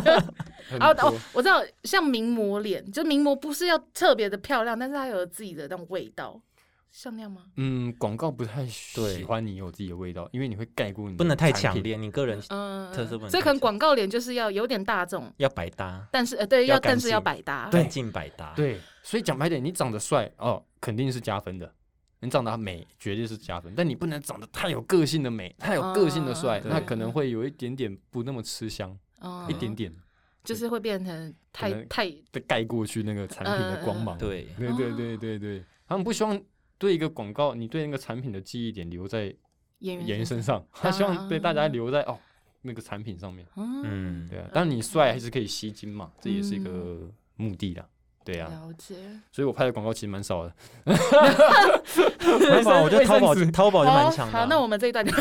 Speaker 3: 很
Speaker 1: 哦
Speaker 3: 多
Speaker 1: 哦，我知道，像名模脸，就名模不是要特别的漂亮，但是它有自己的那种味道，像那样吗？
Speaker 3: 嗯，广告不太喜
Speaker 2: 对
Speaker 3: 欢你有自己的味道，因为你会盖过你，
Speaker 2: 不能太强，烈，你个人
Speaker 1: 嗯，
Speaker 3: 呃
Speaker 2: 特色不能
Speaker 1: 所以可能
Speaker 2: 太强
Speaker 1: 广告脸就是要有点大众，
Speaker 2: 要百搭，
Speaker 1: 但是呃，对，
Speaker 2: 要
Speaker 1: 要但
Speaker 2: 干
Speaker 1: 是要
Speaker 2: 净
Speaker 1: 百搭。
Speaker 2: 干净百搭，，
Speaker 3: 对，所以讲白点，你长得帅哦，肯定是加分的。你长得美绝对是加分，但你不能长得太有个性的美，太有个性的帅，
Speaker 1: 嗯
Speaker 3: 那
Speaker 1: 对
Speaker 3: 可能会有一点点不那么吃香，
Speaker 1: 嗯，
Speaker 3: 一点点
Speaker 1: 就是会变成太
Speaker 3: 可能
Speaker 1: 太
Speaker 3: 的盖过去那个产品的光芒。
Speaker 2: 对
Speaker 3: 嗯 对对对对对，他们不希望对一个广告，你对那个产品的记忆点留在
Speaker 1: 演员
Speaker 3: 演员身上， 他希望对大家留在哦那个产品上面。
Speaker 1: 哦
Speaker 2: 嗯，
Speaker 3: 对啊，当然你帅还是可以吸睛嘛，这也是一个目的啦。嗯对啊，
Speaker 1: 了解，
Speaker 3: 所以我拍的广告其实蛮少的。
Speaker 2: 没办法，我觉得淘宝
Speaker 3: 卫生纸
Speaker 2: 淘 宝就蛮强的
Speaker 1: 好，那
Speaker 2: 啊，
Speaker 1: 我们这一 段就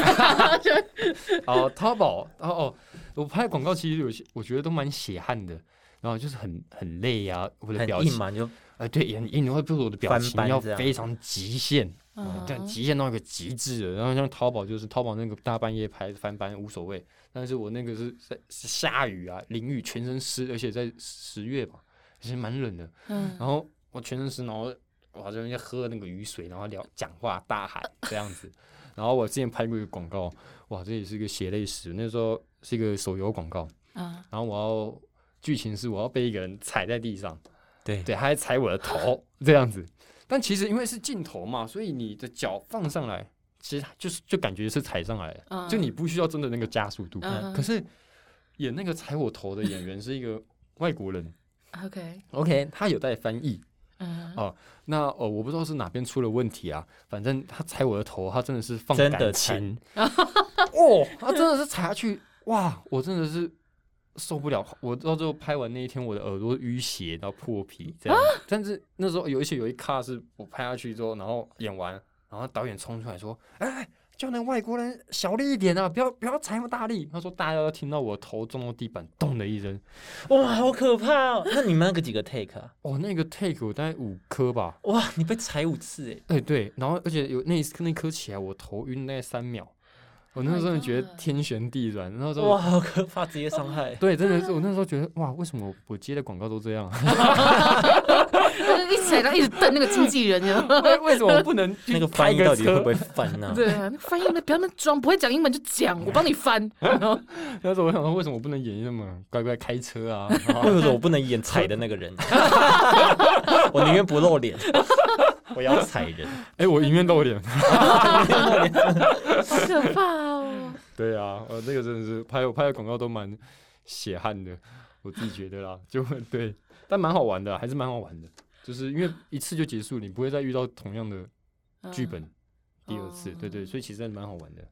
Speaker 3: 哦，淘宝，哦哦，我拍的广告其实有些我觉得都蛮血汗的，然后就是很很累呀、啊，我的
Speaker 2: 很
Speaker 3: 表
Speaker 2: 硬
Speaker 3: 情，
Speaker 2: 嘛，你就
Speaker 3: 呃，对，也很硬，会被我的表
Speaker 2: 翻
Speaker 3: 情
Speaker 2: 班
Speaker 3: 要
Speaker 2: 这样
Speaker 3: 非常极限，
Speaker 1: 嗯
Speaker 3: 对，极限到一个极致了。然后像淘宝就是淘宝那个大半夜拍翻班无所谓，但是我那个是在是下雨啊，淋雨全身湿，而且在十月吧，其实蛮冷的。
Speaker 1: 嗯
Speaker 3: 然后我全身湿，然后我在那边喝那个雨水，然后聊讲话大喊这样子。然后我之前拍过一个广告，哇，这也是一个血泪史。那时候是一个手游广告，
Speaker 1: 嗯，
Speaker 3: 然后我要剧情是我要被一个人踩在地上，
Speaker 2: 对
Speaker 3: 对，他还踩我的头这样子。但其实因为是镜头嘛，所以你的脚放上来，其实就是就感觉是踩上来的，
Speaker 1: 嗯
Speaker 3: 就你不需要真的那个加速度。
Speaker 1: 嗯
Speaker 3: 可是演那个踩我头的演员是一个外国人
Speaker 1: OK，
Speaker 3: ，OK，他有带翻译，
Speaker 1: 嗯
Speaker 3: 哦那呃，我不知道是哪边出了问题啊，反正他踩我的头，他真的是放
Speaker 2: 真的
Speaker 3: 感情，哦，他真的是踩下去，哇，我真的是受不了。我到最后拍完那一天，我的耳朵淤血到破皮这样。但是那时候有一些有一卡是我拍下去之后，然后演完，然后导演冲出来说：“哎，叫那外国人小力一点啊，不要不要踩那么大力。”他说大家都听到我头撞到地板，咚的一声。
Speaker 2: 哇，好可怕哦！那你们那个几个 take 啊？
Speaker 3: 哦，那个 take 我大概五颗吧。
Speaker 2: 哇，你被踩五次哎，
Speaker 3: 哎、对，然后而且有那一刻那一刻起来，我头晕大概三秒，我
Speaker 1: Oh
Speaker 3: 那
Speaker 1: my
Speaker 3: 时候觉得
Speaker 1: God
Speaker 3: 天旋地转，那时候
Speaker 2: 哇，好可怕，职业伤 害。
Speaker 3: 对，真的是我那时候觉得哇，为什么我接的广告都这样啊？
Speaker 1: 一起来，然后一直瞪那个经纪人，你知道吗
Speaker 3: 为为什么我不能去
Speaker 2: 那个
Speaker 3: 开
Speaker 2: 翻译到底
Speaker 3: 车
Speaker 2: 会不会翻呢、
Speaker 1: 对啊，那翻译不要那么装，不会讲英文就讲，我帮你翻。然后
Speaker 3: 那时候我想说，为什么我不能演绎那么乖乖开车啊？ 然后
Speaker 2: 为哎什么我不能演踩的那个 人？我宁愿不露脸，我要踩人。
Speaker 3: 哎、我迎面露脸。
Speaker 1: 好可怕哦！
Speaker 3: 对啊，呃，那个真的是拍我拍的广告都蛮血汗的，我自己觉得啦，就会对，但蛮好玩的啊，还是蛮好玩的，就是因为一次就结束，你不会再遇到同样的
Speaker 1: 嗯
Speaker 3: 剧本。第二次，对
Speaker 1: 哦
Speaker 3: 对，所以其实还蛮好玩的。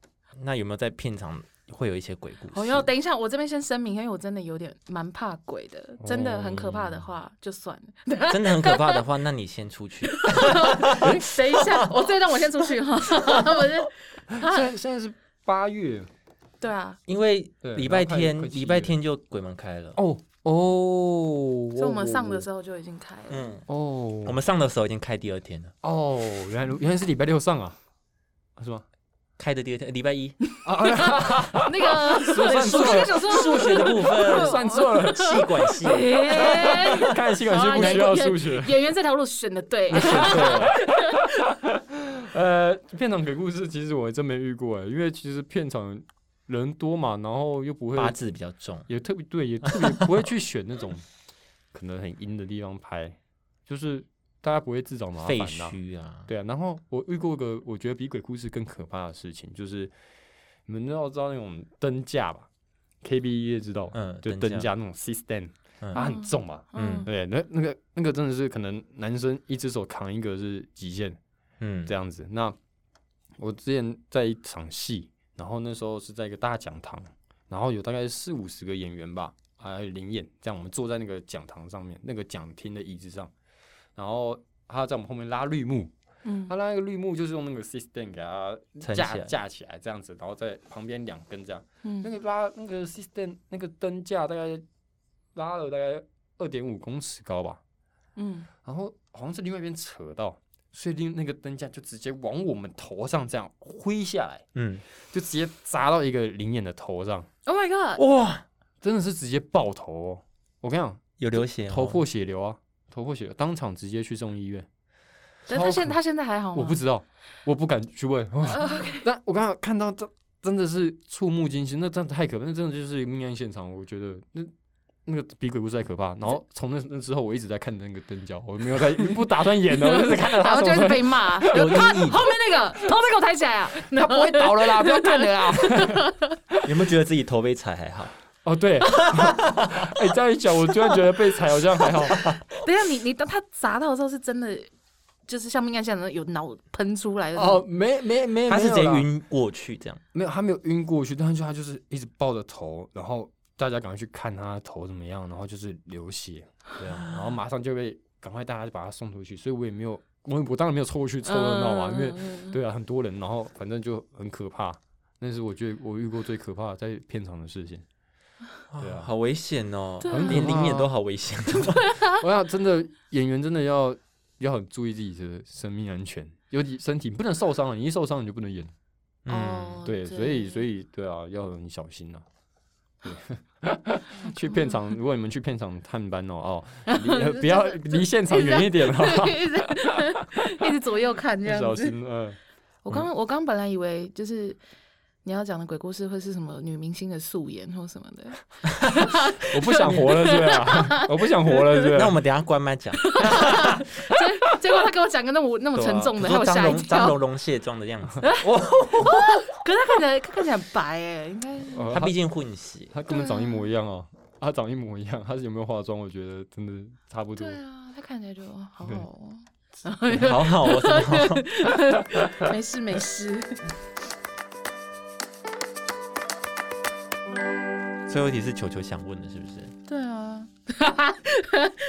Speaker 2: 那有没有在片场会有一些鬼故事？
Speaker 1: 哦哟，等一下，我这边先声明，因为我真的有点蛮怕鬼的，真的很可怕的话就算了。
Speaker 2: 真的很可怕的话，那你先出去。
Speaker 1: 哎等一下，我这一段我先出去哈， 我先
Speaker 3: 现在现在是八月
Speaker 1: 对啊，
Speaker 2: 因为
Speaker 3: 对
Speaker 2: 礼拜
Speaker 3: 然后
Speaker 2: 天
Speaker 3: 快快七月
Speaker 2: 礼拜天就鬼门开了。
Speaker 3: 哦哦，
Speaker 1: 所以我们上的时候就已经开了。
Speaker 2: 嗯，
Speaker 3: 哦，
Speaker 2: 我们上的时候已经开第二天了，
Speaker 3: 哦，原来如原来是礼拜六上啊，啊是吗？
Speaker 2: 开的第二天礼拜一，
Speaker 1: 那个，
Speaker 3: 算错
Speaker 1: 我刚刚想说
Speaker 2: 数学的部分
Speaker 3: 算 错了，
Speaker 2: 气管系。
Speaker 1: 哎
Speaker 3: 看来新闻是不需要数学。
Speaker 1: 演员这条路选的对，
Speaker 3: 呃，片场鬼故事其实我还真没遇过哎，因为其实片场人多嘛，然后又不会
Speaker 2: 八字比较重，
Speaker 3: 也特别对，也特别不会去选那种 可能很阴的地方拍，就是大家不会自找麻烦
Speaker 2: 废
Speaker 3: 啦、
Speaker 2: 墟啊，
Speaker 3: 对啊，然后我遇过一个我觉得比鬼故事更可怕的事情，就是你们要知道那种灯架吧，KB 也知道吧，
Speaker 2: 嗯
Speaker 3: 就
Speaker 2: 灯
Speaker 3: 灯
Speaker 2: 架
Speaker 3: 架那种 C stand，、
Speaker 2: 嗯
Speaker 3: 它很重嘛，
Speaker 1: 嗯
Speaker 2: 嗯，
Speaker 3: 对，那那个那个真的是可能男生一只手扛一个是极限
Speaker 2: 嗯
Speaker 3: 这样子。那我之前在一场戏，然后那时候是在一个大讲堂，然后有大概四五十个演员吧，还有灵演，这样我们坐在那个讲堂上面那个讲厅的椅子上，然后他在我们后面拉绿幕，
Speaker 1: 嗯
Speaker 3: 他那个绿幕就是用那个 system 给它
Speaker 2: 撑
Speaker 3: 架
Speaker 2: 起来
Speaker 3: 架起来这样子，然后在旁边两根这样。那
Speaker 1: 嗯
Speaker 3: 个拉那个 system 那个灯架大概拉了大概二点五公尺高吧，
Speaker 1: 嗯，
Speaker 3: 然后好像是另外一边扯到，所以令那个灯架就直接往我们头上这样挥下来，
Speaker 2: 嗯，
Speaker 3: 就直接砸到一个灵眼的头上，
Speaker 1: Oh my god！
Speaker 2: 哇，
Speaker 3: 真的是直接爆头哦！我跟你讲，
Speaker 2: 有流血哦，
Speaker 3: 头破血流啊，头破血流，当场直接去送医院。
Speaker 1: 但他
Speaker 3: 超
Speaker 1: 现
Speaker 3: 恐
Speaker 1: 他现在还好吗？
Speaker 3: 我不知道，我不敢去 问。但我刚刚看到这真的是触目惊心，那真的太可怕，那真的就是命案现场。我觉得那那个比鬼故事还可怕。然后从那那之后，我一直在看那个灯胶，我没有在 不打算演的，我就是看 着
Speaker 1: 然
Speaker 3: 他
Speaker 1: 后
Speaker 3: 什
Speaker 1: 就
Speaker 3: 么
Speaker 1: 是
Speaker 3: 时 候。
Speaker 1: 被骂，他
Speaker 2: 有阴影。
Speaker 1: 后面那个头再给我抬起来 啊！
Speaker 3: 他不会倒 了啦，不要看了啦。
Speaker 2: 有没有觉得自己头被踩还好？
Speaker 3: 哦，对， 哎、这样一讲，我突然觉得被踩好像 还好。
Speaker 1: 等一下你你当他砸到的时候是真的，就是像命案现场有脑喷出来的那
Speaker 3: 哦
Speaker 1: 种，，
Speaker 3: 没没没，
Speaker 2: 他是直接
Speaker 3: 没有啦
Speaker 2: 晕过去这样。
Speaker 3: 没有，他没有晕过去，但是就他就是一直抱着头，然后大家赶快去看他头怎么样，然后就是流血，对啊，然后马上就被赶快大家就把他送出去，所以我也没有，我我当然没有凑过去凑热闹嘛，因为
Speaker 1: 为
Speaker 3: 对啊，很多人，然后反正就很可怕，那是我觉得我遇过最可怕的在片场的事情。对啊
Speaker 2: 好危险哦，
Speaker 1: 对啊
Speaker 2: 连灵眼都好危 险。
Speaker 3: 我想真的演员真的要要很注意自己的生命安全，尤其身体你不能受伤啊了，你一受伤你就不能演。
Speaker 1: 哦
Speaker 2: 嗯，
Speaker 3: 对，所以所以对啊，要很小心呐、对 去片场，如果你们去片场探班哦， 哦，离呃不要离现场远一点哦，
Speaker 1: 一直 一直左右看这样
Speaker 3: 小
Speaker 1: 子。
Speaker 3: 心嗯，
Speaker 1: 我刚我刚本来以为就是你要讲的鬼故事会是什么女明星的素颜或什么的，
Speaker 3: 我不想活了，是吧？我不想活了，是啊
Speaker 2: 那我
Speaker 3: 吧？
Speaker 2: 们等一下关 麦讲，
Speaker 1: 结结果他给我讲个那么那么沉重的，害
Speaker 2: 啊说
Speaker 3: 啊
Speaker 1: 我
Speaker 2: 张
Speaker 1: 吓一
Speaker 2: 龙张
Speaker 1: 跳。
Speaker 2: 龙龙蟹状的样 子，
Speaker 1: 可是他看起来看起来很白哎，应该
Speaker 3: 呃
Speaker 2: 他毕竟混 血，
Speaker 3: 他根本长一模一样哦，他长一模一样，他是有没有化妆？我觉得真的差不多
Speaker 1: 对。啊，他看起来就哦好好
Speaker 3: 对
Speaker 1: 哦。
Speaker 2: 好好哦，什么
Speaker 1: 没事没事，
Speaker 2: 最后一题是球球想问的，是不是？
Speaker 1: 对啊，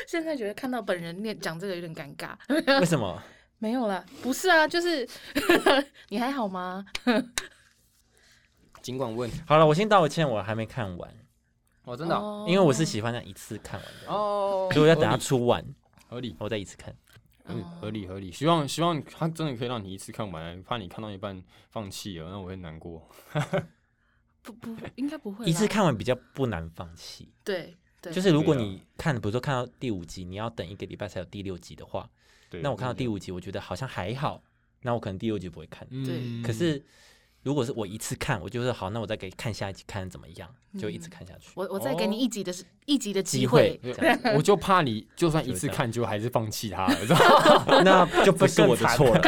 Speaker 1: 现在觉得看到本人念讲这个有点尴尬，
Speaker 2: 为什么？
Speaker 1: 没有啦，不是啊，就是你还好吗？
Speaker 3: 尽管问，
Speaker 2: 好了，我先道个歉，我还没看完，
Speaker 3: 哦，真哦
Speaker 1: 哦
Speaker 2: 因为我是喜欢这样一次看完的，
Speaker 3: 哦，
Speaker 2: 所以我要等嗯他出完，
Speaker 3: 合理
Speaker 2: 我再一次看。
Speaker 3: 合理合理合理，希望希望他真的可以让你一次看完，怕你看到一半放弃了，那我会难过。
Speaker 1: 不不，应该不会啦
Speaker 2: 一次看完比较不难放弃，
Speaker 1: 对对，
Speaker 2: 就是如果
Speaker 3: 对啊
Speaker 2: 你看，比如说看到第五集，你要等一个礼拜才有第六集的话，
Speaker 3: 对，
Speaker 2: 那我看到第五集，我觉得好像还好，那我可能第六集不会看。
Speaker 3: 嗯，
Speaker 1: 对
Speaker 2: 可是如果是我一次看，我就是好，那我再给看下一集看怎么样，就一直
Speaker 1: 嗯
Speaker 2: 看下去。
Speaker 1: 我我再给你
Speaker 3: 哦
Speaker 1: 一集的是、一集的机
Speaker 2: 机会
Speaker 1: 会，
Speaker 3: 对
Speaker 2: 这样子
Speaker 3: 我就怕你就算一次看，就还是放弃 它了，知道吗
Speaker 2: 那就不是我的错了。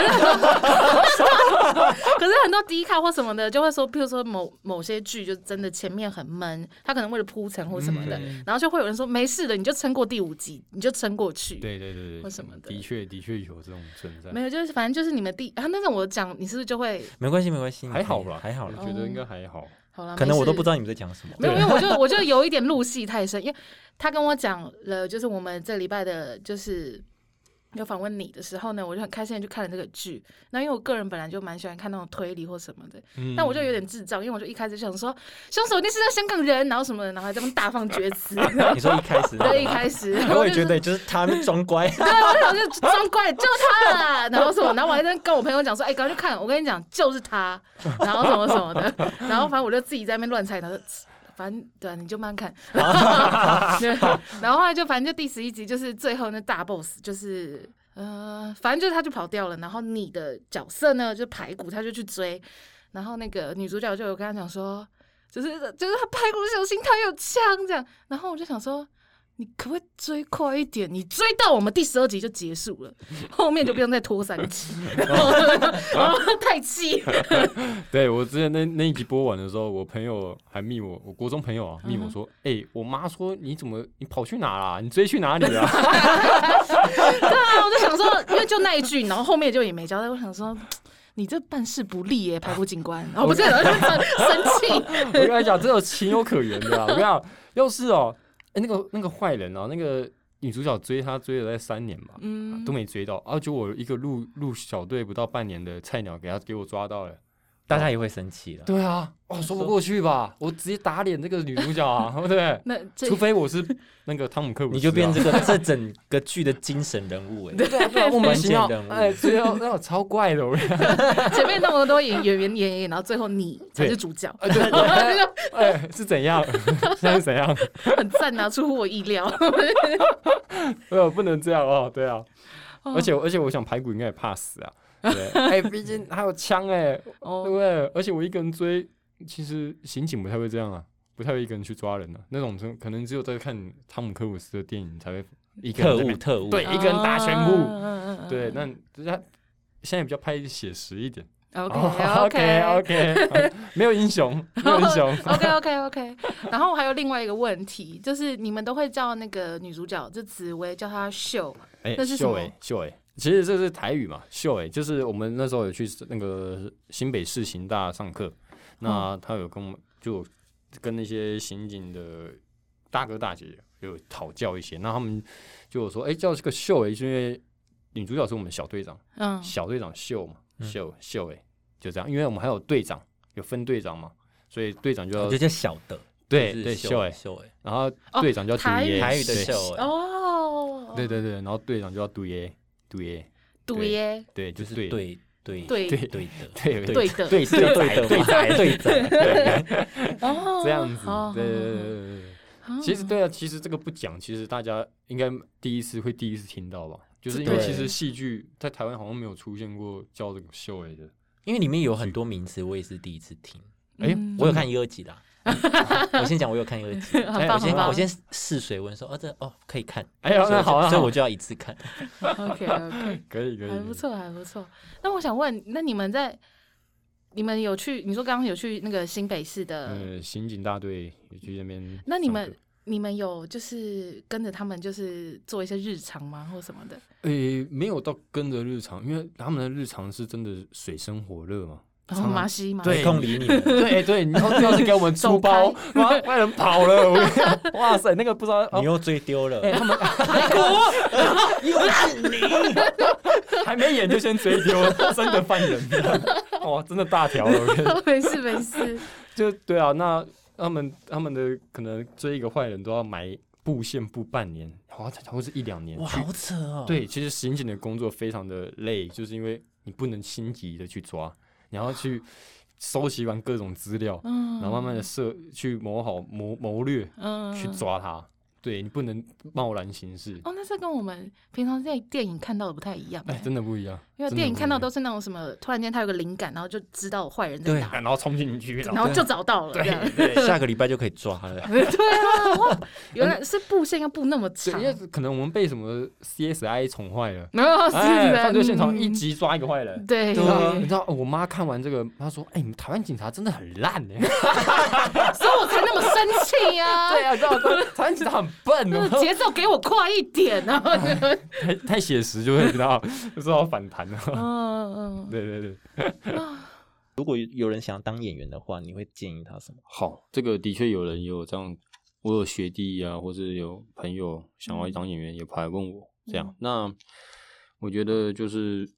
Speaker 1: 可是很多迪卡或什么的就会说，譬如说某某些剧就真的前面很闷，他可能为了铺陈或什么的，
Speaker 2: 嗯
Speaker 1: 然后就会有人说没事的，你就撑过第五集，你就撑过去。
Speaker 3: 对对对对，
Speaker 1: 或什么的
Speaker 3: 的确的确有这种存在
Speaker 1: 没，有，就是反正就是你们第啊，那种我讲你是不是就会
Speaker 2: 没关系，没关系，
Speaker 3: 还好吧，
Speaker 2: 还好
Speaker 3: 我
Speaker 1: 哦
Speaker 2: 了。
Speaker 3: 觉得应该还好。
Speaker 1: 好了？
Speaker 2: 可能我都不知
Speaker 1: 道。
Speaker 2: 道你们在讲什么。
Speaker 1: 没有，因
Speaker 3: 对
Speaker 1: 为我就我就有一点入戏太深，因为他跟我讲了，就是我们这礼拜的，就是有访问你的时候呢，我就很开心的去看了这个剧。那因为我个人本来就蛮喜欢看那种推理或什么的，
Speaker 3: 嗯
Speaker 1: 但我就有点智障，因为我就一开始想说凶手一定是在香港人，然后什么的，然后还这么大放厥词。
Speaker 2: 你说一开始那个吗，
Speaker 1: 对，一开始
Speaker 2: 我也
Speaker 1: 就
Speaker 2: 觉
Speaker 1: 是
Speaker 2: 得就是他们装乖，
Speaker 1: 对，我想就装乖，就他啦，然后什么，然后我还在跟我朋友讲说，哎、赶快去看，我跟你讲，就是他，然后什么什么的，然后反正我就自己在那边乱猜，他说，反正对啊、你就慢慢看， 对，然后后来就反正就第十一集就是最后那大 boss 就是。呃，反正就是他就跑掉了，然后你的角色呢，就排骨，他就去追，然后那个女主角就有跟他讲说，就是就是他排骨小心，他有枪这样，然后我就想说，你可不可以追快一点？你追到我们第十二集就结 束了，后面就不用再拖三集，然后太气。
Speaker 3: 对我之前那那一集播完的时候，我朋友还密我，我国中朋友啊密我说，哎，我妈说你怎么你跑去哪啦？你追去哪里啊？
Speaker 1: 对啊，我就想说，因为就那一句，然后后面就也没交代。我想说，你这办事不力耶，排骨警 官。然后不是，然后就生气。
Speaker 3: 我跟你讲，这有情有可原的啊！我跟你讲，要是哦，哎，那个那个坏人啊，那个女主角追他追了在三年吧，
Speaker 1: 嗯
Speaker 3: 啊都没追到，啊，就我一个入入小队不到半年的菜鸟给他给我抓到了，
Speaker 2: 大家也会生气了。
Speaker 3: 对啊，哦，说不过去吧，我直接打脸这个女主角啊，对 不对？
Speaker 1: 那这
Speaker 3: 除非我是那个汤姆克鲁斯啊、
Speaker 2: 你就变这个这整个剧的精神人物 哎、
Speaker 3: 对 啊，对啊，莫名
Speaker 2: 关
Speaker 3: 其
Speaker 2: 键
Speaker 3: 妙
Speaker 2: 人，物
Speaker 3: 哎，最后那我超怪 的，我啊跟你讲
Speaker 1: 前面那么多演演员演演，然后最后你才是主角，
Speaker 3: 哎， 对，对哎，是怎样？ 现在是怎样？
Speaker 1: 很赞啊，出乎我意料。
Speaker 3: 呃，不能这样哦，对啊，
Speaker 2: 哦
Speaker 3: 而且而且我想排骨应该也怕死啊， 对，哎，毕竟还有枪哎，对不
Speaker 1: 哦，
Speaker 3: 对？而且我一个人追，其实刑警不太会这样啊，不太会一个人去抓人的、啊，那种真可能只有在看汤姆克鲁斯的电影才会一个
Speaker 2: 特
Speaker 3: 人在那
Speaker 2: 务
Speaker 3: 边
Speaker 2: 特务啊
Speaker 3: 对一个人打全
Speaker 1: 嗯
Speaker 3: 部
Speaker 1: 部
Speaker 3: 对，那人家现在比较拍写实一点。
Speaker 1: OK
Speaker 3: 哦
Speaker 1: OK
Speaker 3: OK OK，没有英雄，没有英雄。
Speaker 1: OK OK OK，然后还有另外一个问题，就是你们都会叫那个女主角，就紫薇，叫她秀，
Speaker 3: 哎
Speaker 1: 那是什
Speaker 3: 秀
Speaker 1: 么
Speaker 3: 哎秀哎，其实这是台语嘛，秀哎，就是我们那时候有去那个新北市刑大上课，
Speaker 1: 嗯
Speaker 3: 那他有跟我们就有跟那些刑警的大哥大姐有讨教一些，那他们就有说，哎、叫这个秀哎，是因为女主角是我们小队长，
Speaker 1: 嗯，
Speaker 3: 小队长秀嘛，
Speaker 2: 嗯
Speaker 3: 秀秀哎，就这样，因为我们还有队长，有分队长嘛，所以队长就要
Speaker 2: 我就叫小的，
Speaker 3: 对
Speaker 2: 就是
Speaker 3: 对秀
Speaker 2: 秀
Speaker 3: 哎，
Speaker 2: 秀哎，
Speaker 3: 然后
Speaker 1: 哦
Speaker 3: 队长叫
Speaker 1: 台
Speaker 3: 杜
Speaker 1: 语
Speaker 3: 耶
Speaker 2: 台语的
Speaker 3: 对
Speaker 2: 秀哎，
Speaker 1: 哦，
Speaker 3: 对对对，然后队长就叫杜耶杜耶，
Speaker 1: 读耶，
Speaker 3: 对，
Speaker 2: 就
Speaker 3: 就是对
Speaker 2: 对对
Speaker 1: 对
Speaker 2: 对的
Speaker 1: 对
Speaker 3: 对
Speaker 1: 的
Speaker 2: 对对的对仔对仔，
Speaker 1: 哦，
Speaker 3: 这样子
Speaker 1: 哦，
Speaker 3: 对对对对对
Speaker 1: 哦
Speaker 3: 对。其实对啊，其实这个不讲，其实大家应该第一次会第一次听到吧，就是因为
Speaker 2: 对
Speaker 3: 其实戏剧在台湾好像没有出现过叫这个秀诶的，
Speaker 2: 因为里面有很多名词，我也是第一次听。
Speaker 3: 哎
Speaker 1: 嗯
Speaker 2: 我有看一二集啦，我先讲我有看一二集，
Speaker 1: 很
Speaker 2: 我
Speaker 1: 棒
Speaker 2: 先
Speaker 1: 很棒
Speaker 2: 我先试水温说，哦这哦可以看，
Speaker 3: 哎呀，
Speaker 2: 所以
Speaker 3: 那
Speaker 2: 我就
Speaker 3: 好啊，
Speaker 2: 所以
Speaker 3: 好
Speaker 2: 我
Speaker 3: 啊
Speaker 2: 就要一次看。
Speaker 1: OK OK，
Speaker 3: 可以可以，
Speaker 1: 还不错还不错。那我想问，那你们在你们有去？你说刚刚有去那个新北市的，
Speaker 3: 呃，刑警大队也去那边，
Speaker 1: 那你们你们有就是跟着他们就是做一些日常吗，或什么的？
Speaker 3: 诶没有到跟着日常，因为他们的日常是真的水深火热嘛，
Speaker 1: 然后
Speaker 3: 常
Speaker 1: 哦马西马
Speaker 3: 对
Speaker 2: 没空理你们，
Speaker 3: 对对，你要要是给我们出包， 妈外人跑了，我跟你讲哇塞，那个不知道，哦
Speaker 2: 你又追丢了，
Speaker 3: 还没演就先追丢，真的犯人，哇，真的大条了，我跟你
Speaker 1: 没事没事，
Speaker 3: 就对啊，那他们他们的可能追一个坏人都要埋布线布半年，好像或是一两年
Speaker 2: 哇
Speaker 3: 去。
Speaker 2: 好扯哦，，
Speaker 3: 对，其实刑警的工作非常的累，就是因为你不能心急的去抓，你要去收集完各种资料，
Speaker 1: 嗯，
Speaker 3: 然后慢慢的设去谋好谋谋略
Speaker 1: 嗯
Speaker 3: 去抓他。对你不能贸然行事，
Speaker 1: 哦，那这跟我们平常在电影看到的不太一样
Speaker 3: 哎，
Speaker 1: 欸，
Speaker 3: 真的不一样，
Speaker 1: 因为
Speaker 3: 真
Speaker 1: 电
Speaker 3: 的
Speaker 1: 影
Speaker 3: 不
Speaker 1: 看
Speaker 3: 一
Speaker 1: 到
Speaker 3: 样
Speaker 1: 都是那种什么，突然间他有个灵感，然后就知道坏人在
Speaker 2: 对
Speaker 1: 哪，
Speaker 3: 哎然后冲进去，
Speaker 1: 然后就找到了，这 样
Speaker 2: 下个礼拜就可以抓了。
Speaker 1: 对啊，哇，原来是布线要布那么
Speaker 3: 对，
Speaker 1: 长
Speaker 3: 因，为可能我们被什么 CSI 宠坏了，
Speaker 1: 没有，哦是
Speaker 3: 哎，
Speaker 1: 的
Speaker 3: 犯罪现场一啊
Speaker 1: 嗯
Speaker 3: 集抓一个坏人。
Speaker 1: 对
Speaker 3: 你知道你知道，哦我妈看完这个，她说：“哎，你们台湾警察真的很烂哎。
Speaker 1: 所以我才那么生气啊！
Speaker 3: 对啊，知道吗 台湾警察很笨
Speaker 1: 那
Speaker 3: 哦，
Speaker 1: 节奏给我快一点啊！
Speaker 3: 哎太太写实就会知道， 就知道反弹了。
Speaker 1: 嗯嗯，
Speaker 3: 对对对，
Speaker 2: 如果有人想当演员的话，你会建议他什么？
Speaker 3: 好，这个的确有人有这样，我有学弟啊，或是有朋友想要当演员，也跑来问我这样
Speaker 1: 嗯。
Speaker 3: 那我觉得就是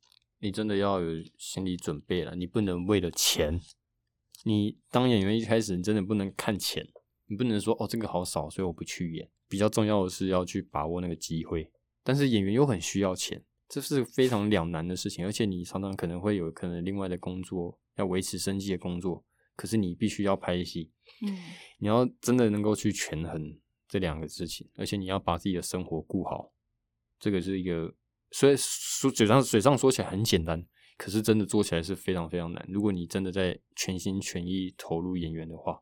Speaker 3: 你真的要有心理准备了，你不能为了钱，你当演员一开始你真的不能看钱，你不能说哦这个好少，所以我不去演。比较重要的是要去把握那个机会，但是演员又很需要钱，这是非常两难的事情。而且你常常可能会有可能另外的工作要维持生计的工作，可是你必须要拍戏，
Speaker 1: 嗯
Speaker 3: 你要真的能够去权衡这两个事情，而且你要把自己的生活顾好，这个是一个，虽然说嘴上嘴上说起来很简单，可是真的做起来是非常非常难。如果你真的在全心全意投入演员的话，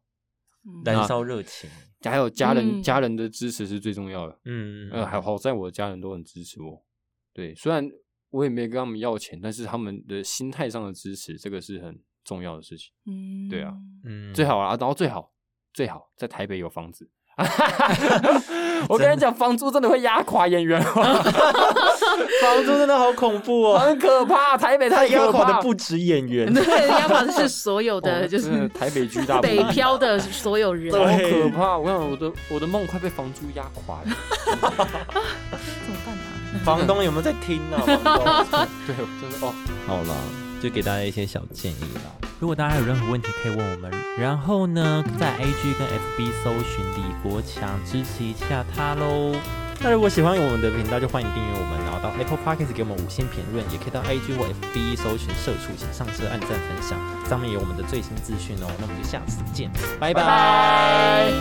Speaker 1: 嗯
Speaker 2: 燃烧热情，
Speaker 3: 还有家人、
Speaker 1: 嗯
Speaker 3: 家人的支持是最重要的。
Speaker 2: 嗯，
Speaker 3: 呃，还好在我的家人都很支持我，对，虽然我也没跟他们要钱，但是他们的心态上的支持，这个是很重要的事情。
Speaker 1: 嗯
Speaker 3: 对啊，
Speaker 2: 嗯
Speaker 3: 最好啊，然后最好最好在台北有房 子。我跟你讲，房租真的会压垮演 员，
Speaker 2: 房租真的好恐怖哦，
Speaker 3: 很可怕。台北
Speaker 2: 他
Speaker 3: 太
Speaker 2: 压
Speaker 3: 可
Speaker 2: 垮
Speaker 3: 怕
Speaker 2: 的不止演 员，
Speaker 1: 对，要么就是所有
Speaker 3: 哦
Speaker 1: 的，就
Speaker 3: 真的
Speaker 1: 是
Speaker 3: 台北巨大不易
Speaker 1: 北漂的所有人，
Speaker 3: 好
Speaker 2: 对
Speaker 3: 可怕。我想我的我的梦快被房租压垮 了。
Speaker 1: 怎么办啊？啊
Speaker 2: 房东有没有在听呢？房东
Speaker 3: 对，真的哦。好啦，
Speaker 2: 就给大家一些小建议啦。如果大家有任何问题可以问我们，然后呢，在 IG 跟 FB 搜寻李国强，支持一下他喽。那如果喜欢我们的频道，就欢迎订阅我们，然后到 Apple Podcast 给我们五星评论，也可以到 IG 或 FB 搜寻“社畜”，请上车按赞分享，上面有我们的最新资讯哦。那我们就下次见，拜拜。
Speaker 3: 哎
Speaker 1: 拜。